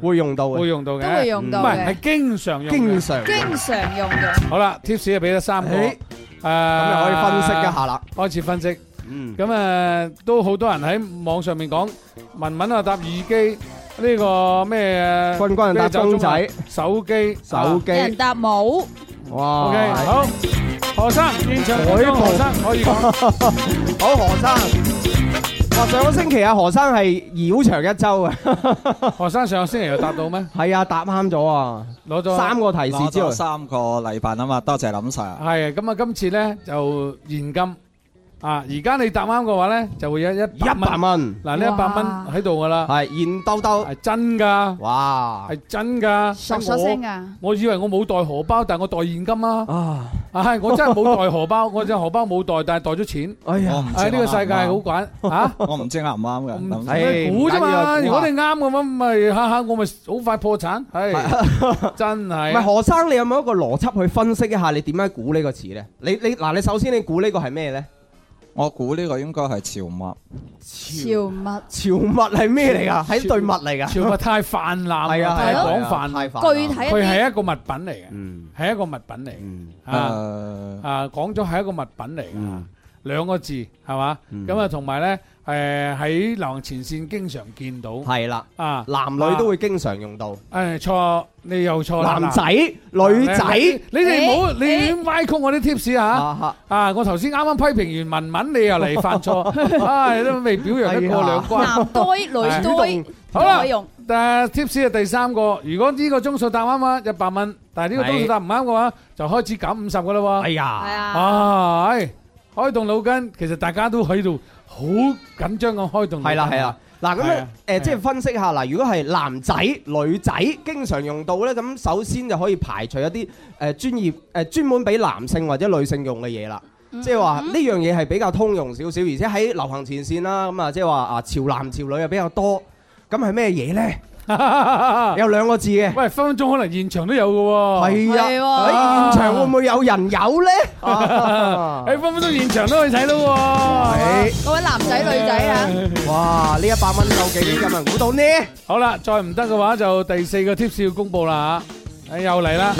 [SPEAKER 4] 都
[SPEAKER 8] 會用到
[SPEAKER 4] 會
[SPEAKER 8] 嘅，
[SPEAKER 4] 用到嘅，
[SPEAKER 1] 都會用
[SPEAKER 4] 唔
[SPEAKER 1] 到
[SPEAKER 4] 係
[SPEAKER 1] 嘅
[SPEAKER 4] 係，經常用嘅。
[SPEAKER 8] 經常
[SPEAKER 1] 經
[SPEAKER 8] 咁
[SPEAKER 1] 常用嘅。
[SPEAKER 4] 好啦，tips 就俾咗三個，誒
[SPEAKER 8] 誒
[SPEAKER 4] À,
[SPEAKER 8] 又可以分析一，下啦。
[SPEAKER 4] 開始分析。
[SPEAKER 8] 嗯，
[SPEAKER 4] 咁誒都好多人喺網上面講，文文啊搭耳機呢個咩？
[SPEAKER 8] 君君搭公仔、
[SPEAKER 4] 手機、
[SPEAKER 8] 手
[SPEAKER 1] 有人
[SPEAKER 8] 機，
[SPEAKER 1] 搭帽，
[SPEAKER 8] 哇
[SPEAKER 4] OK，好，何生現場
[SPEAKER 8] 海報
[SPEAKER 4] 何生可以講。
[SPEAKER 8] 好，何生。哇！上個星期啊，何生係繞場一周啊，
[SPEAKER 4] 何生上個星期又答到咩？
[SPEAKER 8] 係啊，答啱咗啊，
[SPEAKER 4] 攞咗
[SPEAKER 8] 三個提示之
[SPEAKER 11] 攞咗
[SPEAKER 8] 後，
[SPEAKER 11] 三個禮品啊嘛，多謝林 Sir。
[SPEAKER 4] 係咁啊！今次咧就現金啊！而家你答啱嘅話咧，就會有一
[SPEAKER 8] 一百。蚊，
[SPEAKER 4] 嗱，呢一百蚊
[SPEAKER 1] 哇
[SPEAKER 4] 喺度噶啦，
[SPEAKER 8] 係現兜兜
[SPEAKER 4] 係，真噶，
[SPEAKER 8] 哇！
[SPEAKER 4] 係真噶。
[SPEAKER 1] 索索
[SPEAKER 4] 我
[SPEAKER 1] 聲啊！
[SPEAKER 4] 我以為我冇袋荷包，但係我袋現金啊！
[SPEAKER 8] 啊，
[SPEAKER 4] 唉，我真係冇袋荷包，我隻荷包冇袋，但係袋咗錢。
[SPEAKER 8] 哎
[SPEAKER 11] 我
[SPEAKER 8] 呀，
[SPEAKER 11] 唔
[SPEAKER 4] 唉，
[SPEAKER 11] 知
[SPEAKER 4] 呢個世界好玩 嚇，
[SPEAKER 11] 我唔知啱唔啱嘅。
[SPEAKER 4] 唔
[SPEAKER 11] 林 Sir
[SPEAKER 8] 係
[SPEAKER 4] 估啫
[SPEAKER 8] 唔緊要
[SPEAKER 4] 嘛。
[SPEAKER 8] 啊
[SPEAKER 4] 如果你啱嘅話，咪嚇嚇我咪好快破產。 係真
[SPEAKER 8] 啊唔係
[SPEAKER 4] 係。
[SPEAKER 8] 何生，你有冇一個邏輯去分析一下你點樣估呢個詞咧？你你嗱，你首先你估呢個係咩咧？
[SPEAKER 11] 我估呢個應該係潮物，
[SPEAKER 1] 潮物
[SPEAKER 8] 潮物係咩嚟㗎？係一對物嚟㗎，
[SPEAKER 4] 潮物太泛濫
[SPEAKER 8] 係
[SPEAKER 4] 啦，
[SPEAKER 8] 啊，
[SPEAKER 4] 太
[SPEAKER 8] 係啊
[SPEAKER 4] 廣泛啦，
[SPEAKER 8] 太泛啦
[SPEAKER 1] 具體一
[SPEAKER 4] 佢係
[SPEAKER 1] 啲
[SPEAKER 4] 一個物品嚟嘅，
[SPEAKER 8] 嗯
[SPEAKER 4] 係一個物品嚟嘅。
[SPEAKER 8] 嗯，
[SPEAKER 4] 啊
[SPEAKER 11] 誒
[SPEAKER 4] 啊，講咗係一個物品嚟嘅
[SPEAKER 8] 嗯，
[SPEAKER 4] 兩個字係嘛？咁啊，同埋咧誒喺流行前線經常見到
[SPEAKER 8] 係啦，
[SPEAKER 4] 啊，
[SPEAKER 8] 男女都會經常用到，
[SPEAKER 4] 誒錯，你又錯啦，
[SPEAKER 8] 男仔
[SPEAKER 4] 嗱
[SPEAKER 8] 女仔
[SPEAKER 4] 你哋唔好
[SPEAKER 1] 誒
[SPEAKER 4] 你亂歪曲我啲 tips 嚇。
[SPEAKER 8] 啊哈
[SPEAKER 4] 啊！我頭先啱啱批評完文文，你又 嚟犯錯，唉，都未表揚得過兩關。
[SPEAKER 1] 男多女
[SPEAKER 4] 係
[SPEAKER 1] 多，
[SPEAKER 8] 主動
[SPEAKER 4] 好啦
[SPEAKER 1] 可以用
[SPEAKER 4] 但係 tips 係第三個，如果呢個鐘數答啱啊，一百蚊；但係呢個鐘數答唔啱嘅話，就開始減五十噶啦喎。哎呀，
[SPEAKER 1] À,
[SPEAKER 4] 啊，係開動腦筋，其實大家都喺度好緊張咁開動腦筋。
[SPEAKER 8] 係啦係啦，嗱咁
[SPEAKER 4] 啊係
[SPEAKER 8] 咧
[SPEAKER 4] 啊
[SPEAKER 8] 誒，即係分析下嗱，如果係男仔、女仔經常用到咧，咁首先就可以排除一啲誒專業誒專門俾男性或者女性用嘅嘢啦。
[SPEAKER 4] 嗯
[SPEAKER 8] 即係話呢樣嘢係比較通用少少，而且喺流行前線啦，咁啊即係話啊潮男潮女又比較多，咁係咩嘢咧？
[SPEAKER 4] 啊
[SPEAKER 8] 有兩個字嘅，
[SPEAKER 4] 喂分分鐘可能現場都有嘅喎。
[SPEAKER 8] 係啊，喺現場會唔會有人 有咧？啊
[SPEAKER 4] 喺分分鐘現場都可以睇到喎。
[SPEAKER 1] 各位男仔女仔啊，
[SPEAKER 8] 哇！呢一百蚊究竟有冇人估到呢？
[SPEAKER 4] 好啦，再唔得嘅話就第四個 tips 要公佈啦嚇，唉又嚟啦，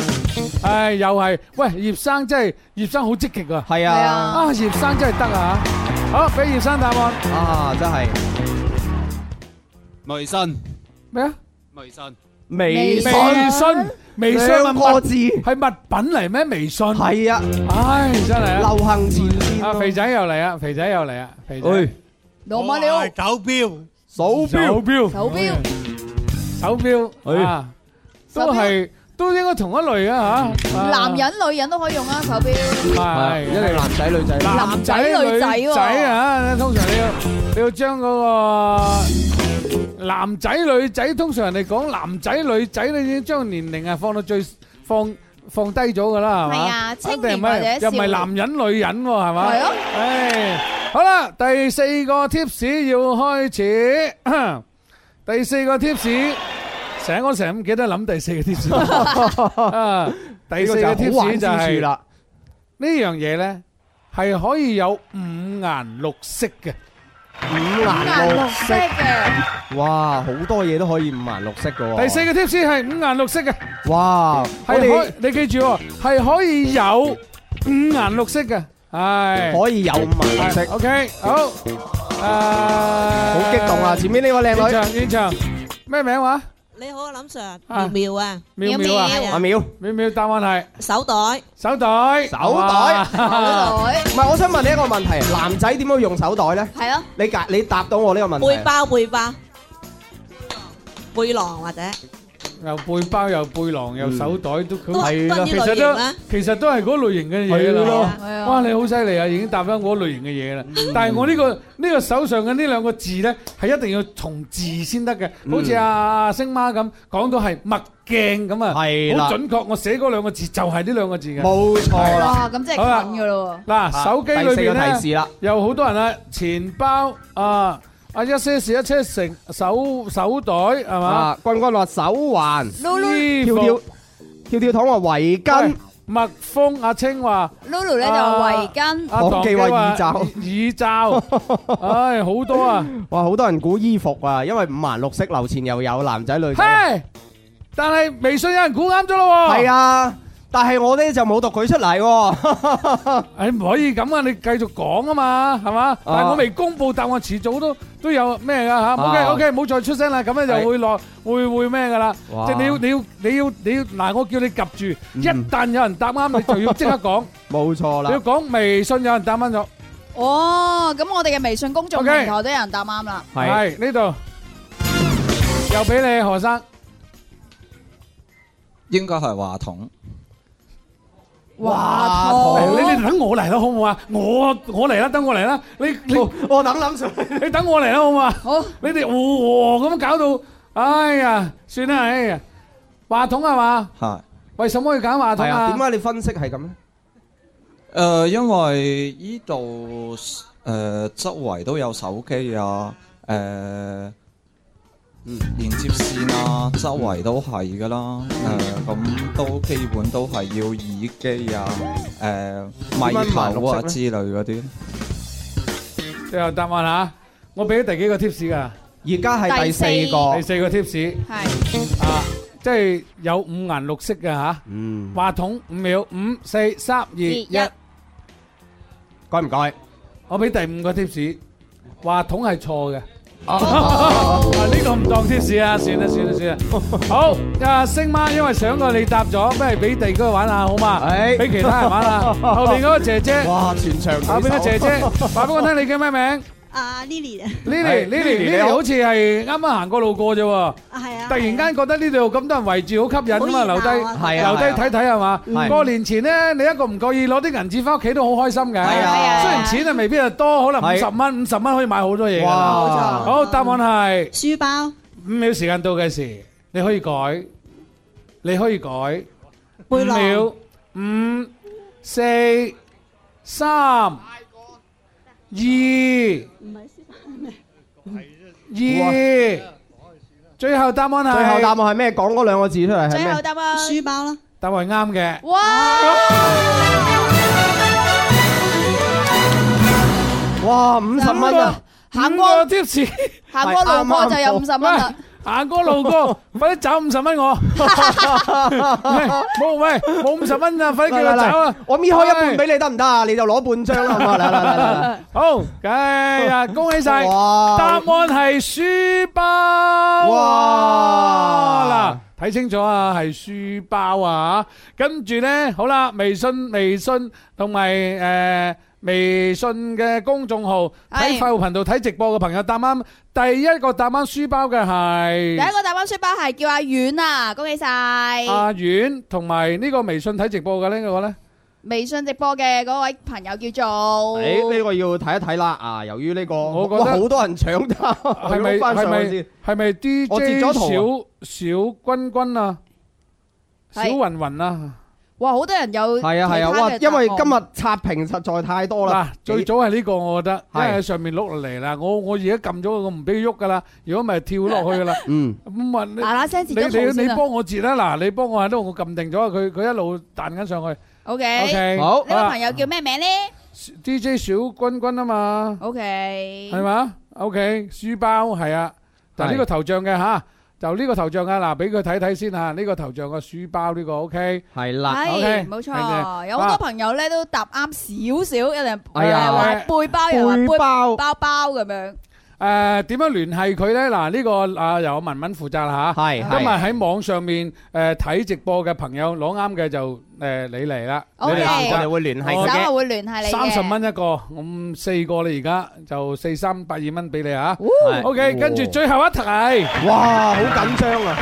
[SPEAKER 4] 唉又係，喂葉生真係葉生好積極啊，
[SPEAKER 8] 係啊，
[SPEAKER 4] 啊葉生真係得啊，好俾葉生答案，
[SPEAKER 8] 啊真係
[SPEAKER 10] 微信
[SPEAKER 4] 咩啊？
[SPEAKER 10] 微信
[SPEAKER 8] 微信
[SPEAKER 4] 微信微信
[SPEAKER 8] 兩個字
[SPEAKER 4] 係物品嚟咩？微信
[SPEAKER 8] 係啊，
[SPEAKER 4] 唉真係啊
[SPEAKER 8] 流行前線
[SPEAKER 4] 啊
[SPEAKER 8] 啊
[SPEAKER 4] 肥仔又嚟啊，肥仔又嚟啊，肥仔
[SPEAKER 8] 哎
[SPEAKER 1] 老馬了，
[SPEAKER 10] 手錶
[SPEAKER 8] 手
[SPEAKER 4] 手
[SPEAKER 8] 錶
[SPEAKER 4] 錶
[SPEAKER 1] 手錶，
[SPEAKER 4] 手錶
[SPEAKER 8] 哎
[SPEAKER 4] 啊，都係都應該同一類啊嚇，啊
[SPEAKER 1] 男人女人都可以用啊，手錶。
[SPEAKER 4] 係
[SPEAKER 8] 一定男仔女仔啦。
[SPEAKER 4] 男仔女仔啊，通常你要你要將嗰個男仔女仔，通常人哋講男仔女仔，你已經將年齡啊放到最放放低咗噶啦，係嘛？
[SPEAKER 1] 係啊青年
[SPEAKER 4] 一定唔係
[SPEAKER 1] 或者少
[SPEAKER 4] 又唔係
[SPEAKER 1] 年
[SPEAKER 4] 男人女人喎，係嘛？
[SPEAKER 1] 係啊
[SPEAKER 4] 唉，好啦，第四個 tips 要開始， 第四個 tips。成日我成日唔記得諗第四個 tips 啊！第
[SPEAKER 8] 呢
[SPEAKER 4] 四
[SPEAKER 8] 個
[SPEAKER 4] 個
[SPEAKER 8] 就係好玩
[SPEAKER 4] tips 就
[SPEAKER 8] 之
[SPEAKER 4] 係
[SPEAKER 8] 處啦。
[SPEAKER 4] 呢樣嘢呢，係可以有五顏六色嘅，
[SPEAKER 8] 五顏
[SPEAKER 1] 顏
[SPEAKER 8] 六
[SPEAKER 1] 綠色嘅，
[SPEAKER 8] 色，哇！好多嘢都可以五顏六色嘅喎。
[SPEAKER 4] 第四個 tips 係五顏六色嘅，
[SPEAKER 8] 個，哇！我
[SPEAKER 4] 係可
[SPEAKER 8] 哋
[SPEAKER 4] 你記住喎，係可以有五顏六色嘅，係
[SPEAKER 8] 可以有五顏六
[SPEAKER 4] 係
[SPEAKER 8] 色，
[SPEAKER 4] OK 好，誒，好
[SPEAKER 8] 好激動啊！前面呢位
[SPEAKER 4] 現
[SPEAKER 8] 靚
[SPEAKER 4] 場現場咩名話？
[SPEAKER 12] 你好，林 Sir，
[SPEAKER 4] 啊
[SPEAKER 12] 苗苗啊，
[SPEAKER 4] 妙妙啊，
[SPEAKER 8] 女，阿淼，唔
[SPEAKER 4] 妙妙答案係
[SPEAKER 12] 手袋
[SPEAKER 4] 手袋，
[SPEAKER 8] 手袋
[SPEAKER 4] 哇
[SPEAKER 1] 袋
[SPEAKER 8] 係，我想問你一個問題：男仔點樣用手袋咧？
[SPEAKER 1] 係咯，
[SPEAKER 8] 你解你答到我呢個問
[SPEAKER 12] 背
[SPEAKER 8] 題。
[SPEAKER 12] 包背包背囊或者
[SPEAKER 4] 又背包又背囊又手袋都
[SPEAKER 12] 都係
[SPEAKER 4] 啦
[SPEAKER 12] 都係呢
[SPEAKER 4] 其
[SPEAKER 12] 類
[SPEAKER 4] 實
[SPEAKER 12] 型
[SPEAKER 4] 都
[SPEAKER 12] 啦
[SPEAKER 4] 其實都係嗰類型嘅嘢
[SPEAKER 8] 係
[SPEAKER 4] 啦
[SPEAKER 8] 咯。
[SPEAKER 1] 係啊，
[SPEAKER 4] 哇！你好犀利啊，已經答翻我類型嘅嘢啦。但係我呢、個呢、個手上嘅呢兩個字呢，係一定要重字先得嘅。好似阿阿星媽咁講到係墨鏡咁啊，
[SPEAKER 8] 係啦
[SPEAKER 4] 好準確。我寫嗰兩個字就係呢兩個字嘅。
[SPEAKER 8] 冇錯啦。
[SPEAKER 1] 哇，咁即係近噶咯
[SPEAKER 4] 嗱，手機裏
[SPEAKER 8] 第四
[SPEAKER 4] 邊
[SPEAKER 8] 個提
[SPEAKER 4] 呢，
[SPEAKER 8] 示啦，
[SPEAKER 4] 有好多人啊，錢包啊啊一些事一些情，手手袋係嘛，
[SPEAKER 8] 啊，君君話手環，
[SPEAKER 4] 衣
[SPEAKER 8] 跳跳
[SPEAKER 4] 服、
[SPEAKER 8] 跳跳糖話圍
[SPEAKER 4] 喂
[SPEAKER 8] 巾，
[SPEAKER 4] 麥風，阿青話。
[SPEAKER 1] 喎，Lulu 咧就話圍巾，
[SPEAKER 4] 阿
[SPEAKER 8] 唐記話耳罩
[SPEAKER 4] 耳罩，唉，好多啊！
[SPEAKER 8] 哇！好多人估衣服啊，因為五顏六色，樓前又有男仔女仔。
[SPEAKER 4] 嘿，哦但係微信有人估啱咗咯喎。
[SPEAKER 8] 係，啊，但係我咧就冇讀佢出嚟喎。
[SPEAKER 4] 誒唔可以咁啊！你繼續講啊嘛，係嘛？但係我未公佈答案，遲早都都有咩㗎嚇。OK OK，唔好再出聲啦，咁咧就會落會會咩㗎啦。即
[SPEAKER 8] 哇
[SPEAKER 4] 係你要你要你要你要嗱，我叫你及住，一旦有人答啱，你就要即刻 講，
[SPEAKER 8] 冇錯
[SPEAKER 4] 你要
[SPEAKER 8] 啦，
[SPEAKER 4] 講微信有人答啱咗，
[SPEAKER 1] 哦，咁我哋嘅微信公眾平台都有人答啱啦，
[SPEAKER 8] 係
[SPEAKER 4] 係呢度又俾你何生。
[SPEAKER 11] 應該係話筒。
[SPEAKER 8] 哇
[SPEAKER 4] 嚟
[SPEAKER 8] 筒
[SPEAKER 4] 你你等我嚟啦，好唔好啊？我我嚟啦，等我嚟啦。你
[SPEAKER 8] 我
[SPEAKER 4] 你
[SPEAKER 8] 我等諗上嚟，
[SPEAKER 4] 你等我嚟啦，好唔好啊？
[SPEAKER 1] 好，
[SPEAKER 4] 你哋哦哦咁搞到，哎呀，算啦，哎呀，話筒係嘛？
[SPEAKER 11] 係。
[SPEAKER 4] 為什麼要揀話筒
[SPEAKER 8] 係啊，點
[SPEAKER 4] 啊？
[SPEAKER 8] 解你分析係咁咧？
[SPEAKER 11] 誒、因為依度誒周圍都有手機啊，誒、連接線啊，周圍都係噶啦。誒、咁都基本都係要耳機啊，誒、咪頭啊之類嗰啲。
[SPEAKER 4] 最後答案啊！我俾咗第幾個 tips 㗎？
[SPEAKER 8] 而家係第四
[SPEAKER 4] 第
[SPEAKER 8] 個，
[SPEAKER 4] 四個 tips
[SPEAKER 1] 係
[SPEAKER 4] 啊，即係有五顏六色嘅吓。
[SPEAKER 8] 嗯，
[SPEAKER 4] 話筒五秒，五四三二一，
[SPEAKER 8] 該唔該？
[SPEAKER 4] 我俾第五個 tips，話筒係錯嘅。 啊！呢個唔當 tips 啊，算啦算啦 算啦。好，啊星媽，因為上個你答咗，不如俾第二個玩下好嘛？
[SPEAKER 8] 係
[SPEAKER 4] 俾其 他人玩下。後邊嗰個姐姐，
[SPEAKER 8] 哇！全場
[SPEAKER 4] 後邊個姐姐，話俾我聽你叫咩名？
[SPEAKER 12] 啊
[SPEAKER 13] 阿 Lily 啊
[SPEAKER 4] Lily，Lily，Lily 好似係啱啱行過路過啫喎，
[SPEAKER 13] 係啊
[SPEAKER 4] 突然間覺得呢度有咁多人圍住，好吸引啊嘛，
[SPEAKER 13] 好熱鬧啊
[SPEAKER 4] 留低
[SPEAKER 8] 係啊
[SPEAKER 4] 留低睇睇係嘛
[SPEAKER 8] 係。
[SPEAKER 4] 過年前呢，你一個唔覺意攞啲銀紙翻屋企都好開心嘅，雖然錢啊未必係多，可能五
[SPEAKER 8] 係
[SPEAKER 4] 十蚊、五十蚊可以買好多嘢㗎啦。
[SPEAKER 8] 哇冇錯
[SPEAKER 4] 好，答案係
[SPEAKER 13] 書包。
[SPEAKER 4] 五秒時間到嘅時，你可以改，你可以改。五
[SPEAKER 13] 背囊
[SPEAKER 4] 秒，五、四、三、二。二，最後答案係
[SPEAKER 8] 最後答案係咩？講嗰兩個字出嚟係咩？
[SPEAKER 13] 答案書包啦。
[SPEAKER 4] 答案係啱嘅。
[SPEAKER 8] 哇，五十蚊啊！
[SPEAKER 4] 行過貼士，
[SPEAKER 1] 行過
[SPEAKER 8] à,
[SPEAKER 1] 路過就有50蚊啦
[SPEAKER 4] 喂。行過路過，快啲找五十蚊我。喂冇喂，冇五十蚊啊！快啲叫
[SPEAKER 8] 嚟
[SPEAKER 4] 我
[SPEAKER 8] 嚟
[SPEAKER 4] 找啊！
[SPEAKER 8] 我搣開一半
[SPEAKER 4] 喂
[SPEAKER 8] 俾你得唔得啊？你就攞半張啦，好嘛？嚟嚟嚟嚟嚟。
[SPEAKER 4] 好，哎呀，恭喜晒！
[SPEAKER 8] 哇
[SPEAKER 4] 答案係書包。
[SPEAKER 8] 哇
[SPEAKER 4] 哇！嗱，睇清楚啊，係書包啊。跟住呢，好啦，微信、微信同埋誒微信嘅公眾號睇快活頻道睇直播嘅朋友答啱，第一個答啱書包嘅
[SPEAKER 1] 第
[SPEAKER 4] 係
[SPEAKER 1] 一個答案書包係叫阿遠啊，恭喜晒！
[SPEAKER 4] 阿遠，同埋呢個微信睇直播嘅呢個呢。
[SPEAKER 1] 微信直播嘅嗰位朋友叫做，
[SPEAKER 8] 誒呢個要睇一睇啦啊！由於呢個，我
[SPEAKER 4] 覺得
[SPEAKER 8] 好多人搶答，
[SPEAKER 4] 係咪
[SPEAKER 8] 我
[SPEAKER 4] 係
[SPEAKER 8] 翻上去
[SPEAKER 4] 咪
[SPEAKER 8] 先
[SPEAKER 4] 係咪 DJ
[SPEAKER 8] 我截咗圖啊
[SPEAKER 4] 小小君君啊，小
[SPEAKER 1] 係
[SPEAKER 4] 雲雲啊？
[SPEAKER 1] 哇，好多人有
[SPEAKER 8] 係啊係啊！哇，因為今日刷屏實在太多
[SPEAKER 4] 嗱
[SPEAKER 8] 啦，，
[SPEAKER 4] 最早係呢個，我覺得，因為
[SPEAKER 8] 係
[SPEAKER 4] 喺上面碌落嚟啦。我我而家撳咗，我唔俾佢喐噶啦。如果唔係跳落 去噶啦。
[SPEAKER 8] 嗯。
[SPEAKER 4] 咁啊，你
[SPEAKER 1] 嗱嗱聲截咗圖
[SPEAKER 4] 你你
[SPEAKER 1] 先
[SPEAKER 4] 你
[SPEAKER 1] 啊
[SPEAKER 4] 幫我截啦，嗱，你幫我喺度，我撳定咗佢，佢一路彈緊上去。
[SPEAKER 1] O
[SPEAKER 4] OK，Ờ.
[SPEAKER 1] K，
[SPEAKER 4] 好
[SPEAKER 1] 呢個朋友叫咩名呢
[SPEAKER 4] D J 小君君啊嘛，
[SPEAKER 1] o K，
[SPEAKER 4] 係？嘛？OK，書包係啊，但係呢個頭像嘅吓，就呢個頭像啊，嗱，俾佢睇睇先吓，呢個頭像個書包呢個 OK。
[SPEAKER 8] 係啦，
[SPEAKER 1] 係，
[SPEAKER 4] OK，
[SPEAKER 1] 冇
[SPEAKER 4] 係嘅
[SPEAKER 1] 錯，有好多
[SPEAKER 4] 啊
[SPEAKER 1] 朋友咧都答啱少少，有人
[SPEAKER 4] 哎呀
[SPEAKER 1] 誒話背包，有人話
[SPEAKER 8] 背
[SPEAKER 1] 背
[SPEAKER 8] 包
[SPEAKER 1] 包包咁樣，
[SPEAKER 4] 誒點樣聯繫佢呢？嗱，呢個啊由文文負責啦嚇。
[SPEAKER 8] 係係
[SPEAKER 4] 今日喺網上面誒睇直播嘅朋友攞啱嘅就誒你嚟啦。
[SPEAKER 1] OK
[SPEAKER 4] 你嚟負責
[SPEAKER 8] 我哋會聯繫佢
[SPEAKER 1] 稍
[SPEAKER 8] 嘅
[SPEAKER 1] 後會聯繫你嘅
[SPEAKER 4] 三十蚊一個，咁四個你而家就四三百二蚊俾你嚇。
[SPEAKER 8] 係
[SPEAKER 4] OK，跟住最後一題。
[SPEAKER 8] 哇，好緊張啊！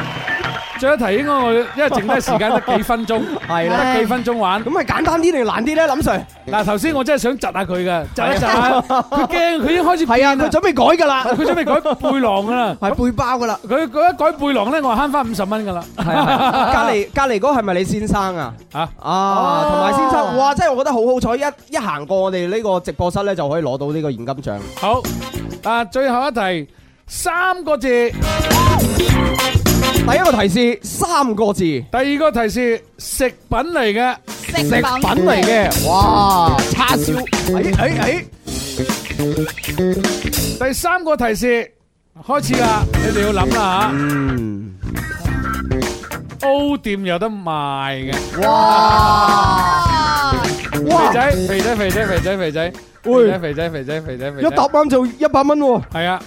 [SPEAKER 4] 最後一題應該我因為剩低時間得幾分鐘，
[SPEAKER 8] 係啦
[SPEAKER 4] 得幾分鐘玩。
[SPEAKER 8] 咁係簡單啲定難啲咧，林 Sir？
[SPEAKER 4] 嗱，頭先我真係想窒下佢嘅，窒一窒下，佢驚，佢已經開始
[SPEAKER 8] 係啊，
[SPEAKER 4] 變啦
[SPEAKER 8] 佢準備改㗎啦，
[SPEAKER 4] 佢準備改背囊噶啦，
[SPEAKER 8] 係背包㗎啦。
[SPEAKER 4] 佢佢一改背囊咧，我係慳翻五十蚊噶啦。
[SPEAKER 8] 係啊隔 離隔離嗰係咪你先生啊？
[SPEAKER 4] 嚇
[SPEAKER 8] À, 啊，同埋先生，哇！真係我覺得好好彩，一一行過我哋呢個直播室咧，就可以攞到呢個現金獎。
[SPEAKER 4] 好，啊，最後一題，三個字。第
[SPEAKER 8] 一個提示三個字，第
[SPEAKER 4] 二個提示食品嚟嘅，
[SPEAKER 8] 食品嚟嘅，哇！叉燒，哎哎哎，
[SPEAKER 4] 第三個提示開始啦，你哋要諗啦
[SPEAKER 8] 嗯，
[SPEAKER 4] 吓，O 店有得賣嘅。
[SPEAKER 8] 哇！
[SPEAKER 4] 肥仔，肥仔，肥仔，肥仔，肥仔，肥仔，肥仔，肥仔，肥仔，肥仔，
[SPEAKER 8] 一答啱就一百蚊喎。
[SPEAKER 4] 係啊。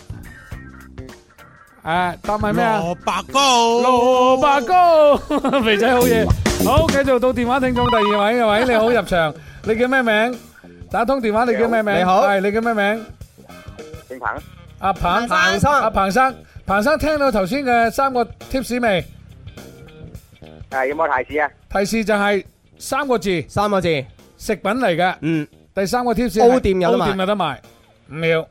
[SPEAKER 4] 誒，答埋咩啊？
[SPEAKER 8] 蘿
[SPEAKER 4] 蔔糕，蘿蔔 糕，肥仔好嘢。好，繼續到電話聽眾第二位嘅位，你好入場，你叫咩名？打通電話你叫咩名？
[SPEAKER 8] 你好
[SPEAKER 4] 係你叫咩名？
[SPEAKER 14] 姓彭，
[SPEAKER 4] 阿彭，
[SPEAKER 8] 彭生
[SPEAKER 4] 阿彭生，彭生聽到頭先嘅三個 tips 未？
[SPEAKER 14] 诶有冇提示啊？
[SPEAKER 4] 提示就係三個字，
[SPEAKER 8] 三個字，
[SPEAKER 4] 食品嚟嘅。
[SPEAKER 8] 嗯，
[SPEAKER 4] 第三個 tips，
[SPEAKER 8] O 店有得賣
[SPEAKER 4] O 店有得賣，五秒。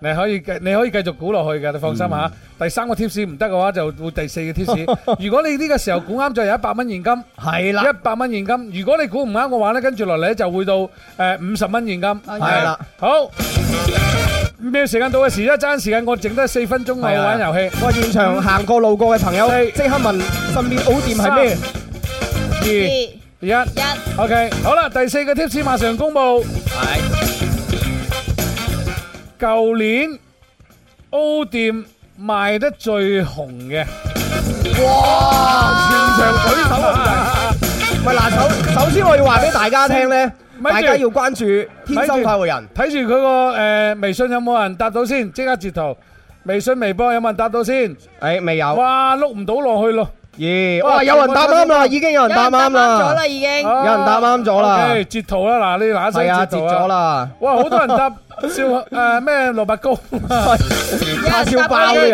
[SPEAKER 4] 你可以繼你可以繼續估落去嘅，你放心嚇。第三個 tips 唔得嘅話，就會第四個 tips。如果你呢個時候估啱，就有一百蚊現金。
[SPEAKER 8] 係啦
[SPEAKER 4] 一百蚊現金。如果你估唔啱嘅話咧，跟住落嚟咧就會到誒五十蚊現金。係
[SPEAKER 8] 啦，
[SPEAKER 4] 好。咩時間到嘅時？一爭時間，我剩得四分鐘，我
[SPEAKER 8] 係啊
[SPEAKER 4] 玩遊戲。
[SPEAKER 8] 我現場行過路過嘅朋友，即刻問身邊 O 店係咩？
[SPEAKER 4] 二一一，OK，好啦，第四個 tips 馬上公佈。舊年 O 店賣得最紅嘅，
[SPEAKER 8] 哇！全場舉手啊！喂，嗱，首首先我要話俾大家聽咧，
[SPEAKER 4] 咪住
[SPEAKER 8] 大家要關注天生快活人。
[SPEAKER 4] 睇住佢個誒微信有冇人答到先，即刻截圖。微信、微博有冇人答到先？
[SPEAKER 8] 誒，哎未有。
[SPEAKER 4] 哇，碌唔到落去咯。
[SPEAKER 8] 咦哇！有人答啱啦，已經有人答啱啦，
[SPEAKER 1] 已經
[SPEAKER 4] Ờ.
[SPEAKER 8] 有人答啱咗啦，
[SPEAKER 4] OK，截圖啦，嗱，你嗱一聲
[SPEAKER 8] 係啊，
[SPEAKER 4] 截
[SPEAKER 8] 截
[SPEAKER 4] 圖
[SPEAKER 8] 咗啦。
[SPEAKER 4] 哇，好多人答燒誒咩蘿蔔糕，叉
[SPEAKER 2] 有人搭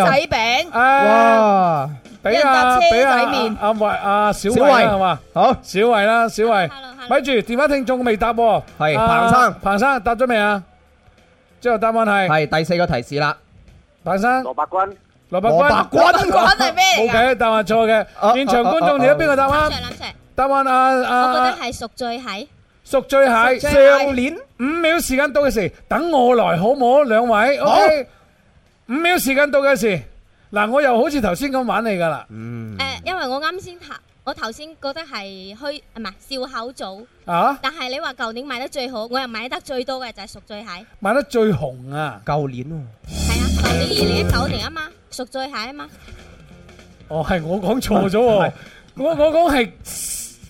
[SPEAKER 2] 車仔餅
[SPEAKER 8] 啊
[SPEAKER 4] 哇！
[SPEAKER 2] 有
[SPEAKER 4] 俾啊
[SPEAKER 2] 人搭車
[SPEAKER 4] 俾啊
[SPEAKER 2] 仔麵
[SPEAKER 4] 阿慧阿小慧
[SPEAKER 2] 小慧
[SPEAKER 4] 啦係嘛？好，小慧啦，小慧，咪住電話聽眾未答喎，
[SPEAKER 8] 係
[SPEAKER 4] 啊
[SPEAKER 8] 彭生，
[SPEAKER 4] 彭生答咗未啊？最後答案係
[SPEAKER 8] 係第四個提示啦，
[SPEAKER 4] 彭生，蘿
[SPEAKER 9] 蔔君，
[SPEAKER 4] 蘿蔔君，
[SPEAKER 8] 蘿蔔君蘿蔔君係咩嚟㗎
[SPEAKER 4] 冇計，答案錯嘅。現場觀眾你有邊個答啱？答案啊啊！啊熟醉蟹，
[SPEAKER 7] 熟醉蟹
[SPEAKER 4] 年五秒時間到嘅時，等我來好唔好？兩位，OK，五 Ừ, 秒時間到嘅時，嗱，我又好似頭先咁玩你噶啦，
[SPEAKER 15] 因為我啱先頭我頭先覺得係虛唔係笑口組，
[SPEAKER 4] 啊，
[SPEAKER 15] 但係你話舊年買得最好，我又買得最多嘅就係熟醉蟹，
[SPEAKER 4] 買得最紅啊，
[SPEAKER 8] 舊年喎，
[SPEAKER 15] 舊年二零一九年啊嘛，熟醉蟹啊嘛，
[SPEAKER 4] 哦，係我講錯咗喎，我我講係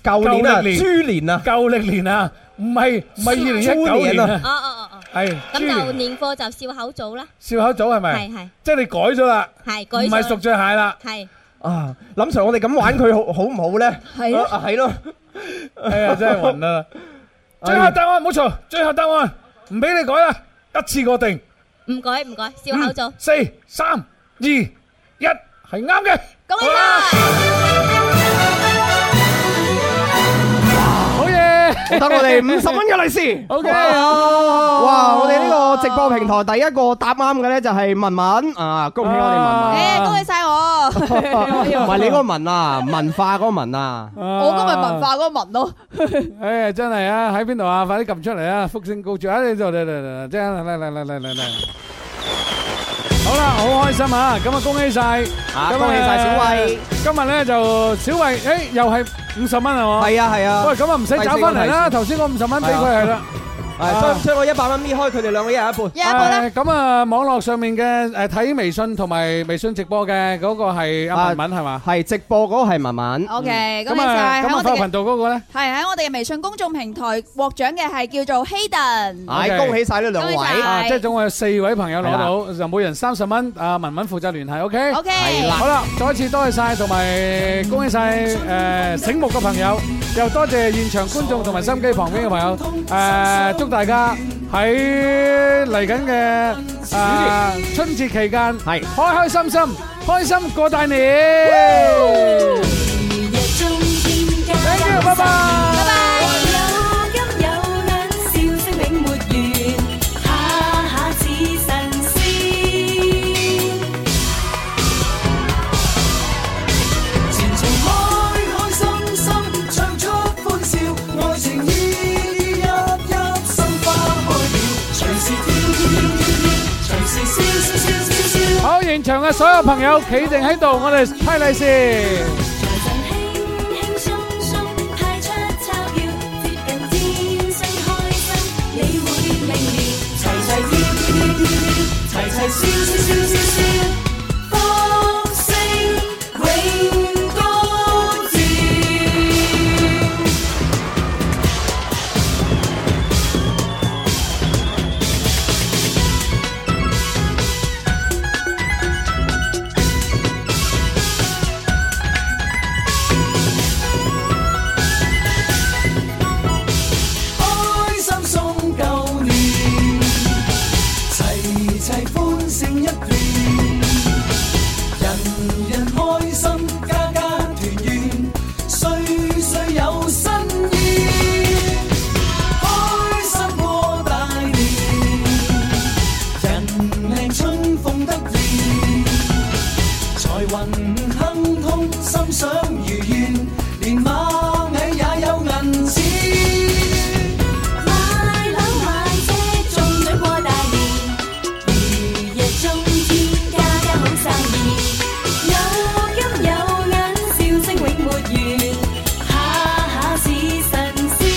[SPEAKER 8] 舊年啊，
[SPEAKER 4] 舊歷年
[SPEAKER 8] 豬年啊，
[SPEAKER 4] 舊歷年啊，唔係唔係二零一九
[SPEAKER 8] 豬
[SPEAKER 4] 年
[SPEAKER 8] 年
[SPEAKER 15] 哦
[SPEAKER 4] 啊，
[SPEAKER 15] 哦哦哦，
[SPEAKER 4] 係
[SPEAKER 15] 咁
[SPEAKER 4] 豬
[SPEAKER 15] 就
[SPEAKER 4] 年
[SPEAKER 15] 年貨就笑口組啦，
[SPEAKER 4] 笑口組係咪？
[SPEAKER 15] 係係
[SPEAKER 4] 即係你改咗啦，
[SPEAKER 15] 係改
[SPEAKER 4] 唔係
[SPEAKER 15] 咗
[SPEAKER 4] 熟醉蟹啦，
[SPEAKER 15] 係
[SPEAKER 8] 啊，林 Sir，我哋咁玩佢好好唔好咧？
[SPEAKER 15] 係啊
[SPEAKER 8] 啊，係咯，
[SPEAKER 4] 哎呀，真係暈啦！最後答案冇錯，最後答案唔俾你改啦，一次過定。
[SPEAKER 15] 唔改唔改，笑口組。
[SPEAKER 4] 四、三、二、一，係啱嘅。
[SPEAKER 15] 恭喜
[SPEAKER 4] Ờ. 好嘢！
[SPEAKER 8] 得我哋50蚊嘅利是
[SPEAKER 4] OK，
[SPEAKER 8] 好哇！我哋呢個直播平台第一個答啱嘅咧就係文文啊，恭喜我哋文
[SPEAKER 2] 誒，
[SPEAKER 8] 文。
[SPEAKER 2] 恭喜晒我！
[SPEAKER 8] 唔係你嗰個文啊，文化嗰個文啊。
[SPEAKER 2] 我嗰咪文
[SPEAKER 4] 啊
[SPEAKER 2] 化嗰個文咯。
[SPEAKER 4] 哎呀，真係啊！喺邊度啊？快啲撳出嚟啊！福星高照啊！呢度嚟嚟嚟嚟，即係嚟嚟嚟嚟嚟嚟。好啦，好開心啊！咁啊，恭喜晒，
[SPEAKER 8] 啊
[SPEAKER 4] 咁
[SPEAKER 8] 恭喜晒小慧。
[SPEAKER 4] 今日咧就小慧，誒又係五十蚊係嘛？
[SPEAKER 8] 係啊係啊
[SPEAKER 4] 喂，咁啊唔使找翻嚟啦，頭先我五十蚊俾佢係啦。
[SPEAKER 8] 係啊將將我一百蚊搣開，佢哋兩個一人一半。
[SPEAKER 4] 誒咁啊，網絡上面嘅誒睇微信同埋微信直播嘅嗰個係阿文文係嘛？
[SPEAKER 8] 係直播嗰個係文文。
[SPEAKER 2] OK，恭
[SPEAKER 4] 咁
[SPEAKER 2] 喜
[SPEAKER 4] 啊，
[SPEAKER 2] 晒！
[SPEAKER 4] 咁
[SPEAKER 2] 喺
[SPEAKER 4] 啊，
[SPEAKER 2] 我
[SPEAKER 4] 快
[SPEAKER 2] 哋
[SPEAKER 4] 活
[SPEAKER 2] 嘅
[SPEAKER 4] 頻道嗰個咧，
[SPEAKER 2] 係喺我哋嘅微信公眾平台獲獎嘅係叫做 Hayden。
[SPEAKER 4] OK
[SPEAKER 2] 恭喜晒
[SPEAKER 4] 啊，即係總共有四位朋友攞
[SPEAKER 8] 係
[SPEAKER 4] 到，就每人三十蚊。啊，文文負責聯繫，OK。
[SPEAKER 2] OK 係啦
[SPEAKER 4] 好啦，再一次多謝晒，同埋恭喜晒誒醒目嘅朋友，又多謝現場觀眾同埋心機旁邊嘅朋友。誒，祝大家喺嚟緊嘅誒春節期間，係開開心心，開心過大年。
[SPEAKER 1] Thank you，拜拜。有金有銀，笑聲永沒完，下下似神仙。
[SPEAKER 7] 前程開開心心，唱出歡笑，愛情意一一心花開了，隨時跳跳跳跳跳，隨時笑笑笑笑笑。
[SPEAKER 4] 好，現場嘅所有朋友企定喺度，我哋派利是。
[SPEAKER 1] 輕鬆鬆，派出鈔票，貼近天生開心，你會明瞭。齊齊跳跳跳跳，齊齊笑笑笑笑笑，歌聲永高照。
[SPEAKER 7] 開心送舊年，齊齊歡聲一片，人人開心，家家團圓，歲歲有新意，開心過大年，人靚春風得意，財運亨通，心想如願，連螞蟻也有銀錢。
[SPEAKER 1] 買樓買車，中獎過大年，如日中天，家家好生意。有金有銀，笑聲永沒完，下下似神仙。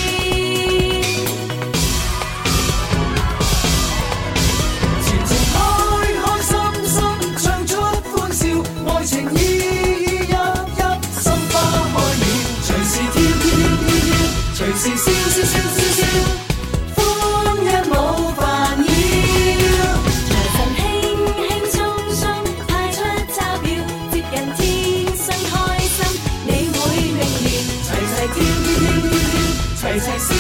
[SPEAKER 7] 前程開開心心，唱出歡笑，愛情意意一一心花開了，隨時跳跳跳跳跳，隨時笑笑笑笑笑，歡欣無煩擾。
[SPEAKER 1] 財神輕輕鬆鬆派出鈔票，接近天生開心，你會明瞭。
[SPEAKER 7] 齊齊跳跳跳跳跳，齊齊笑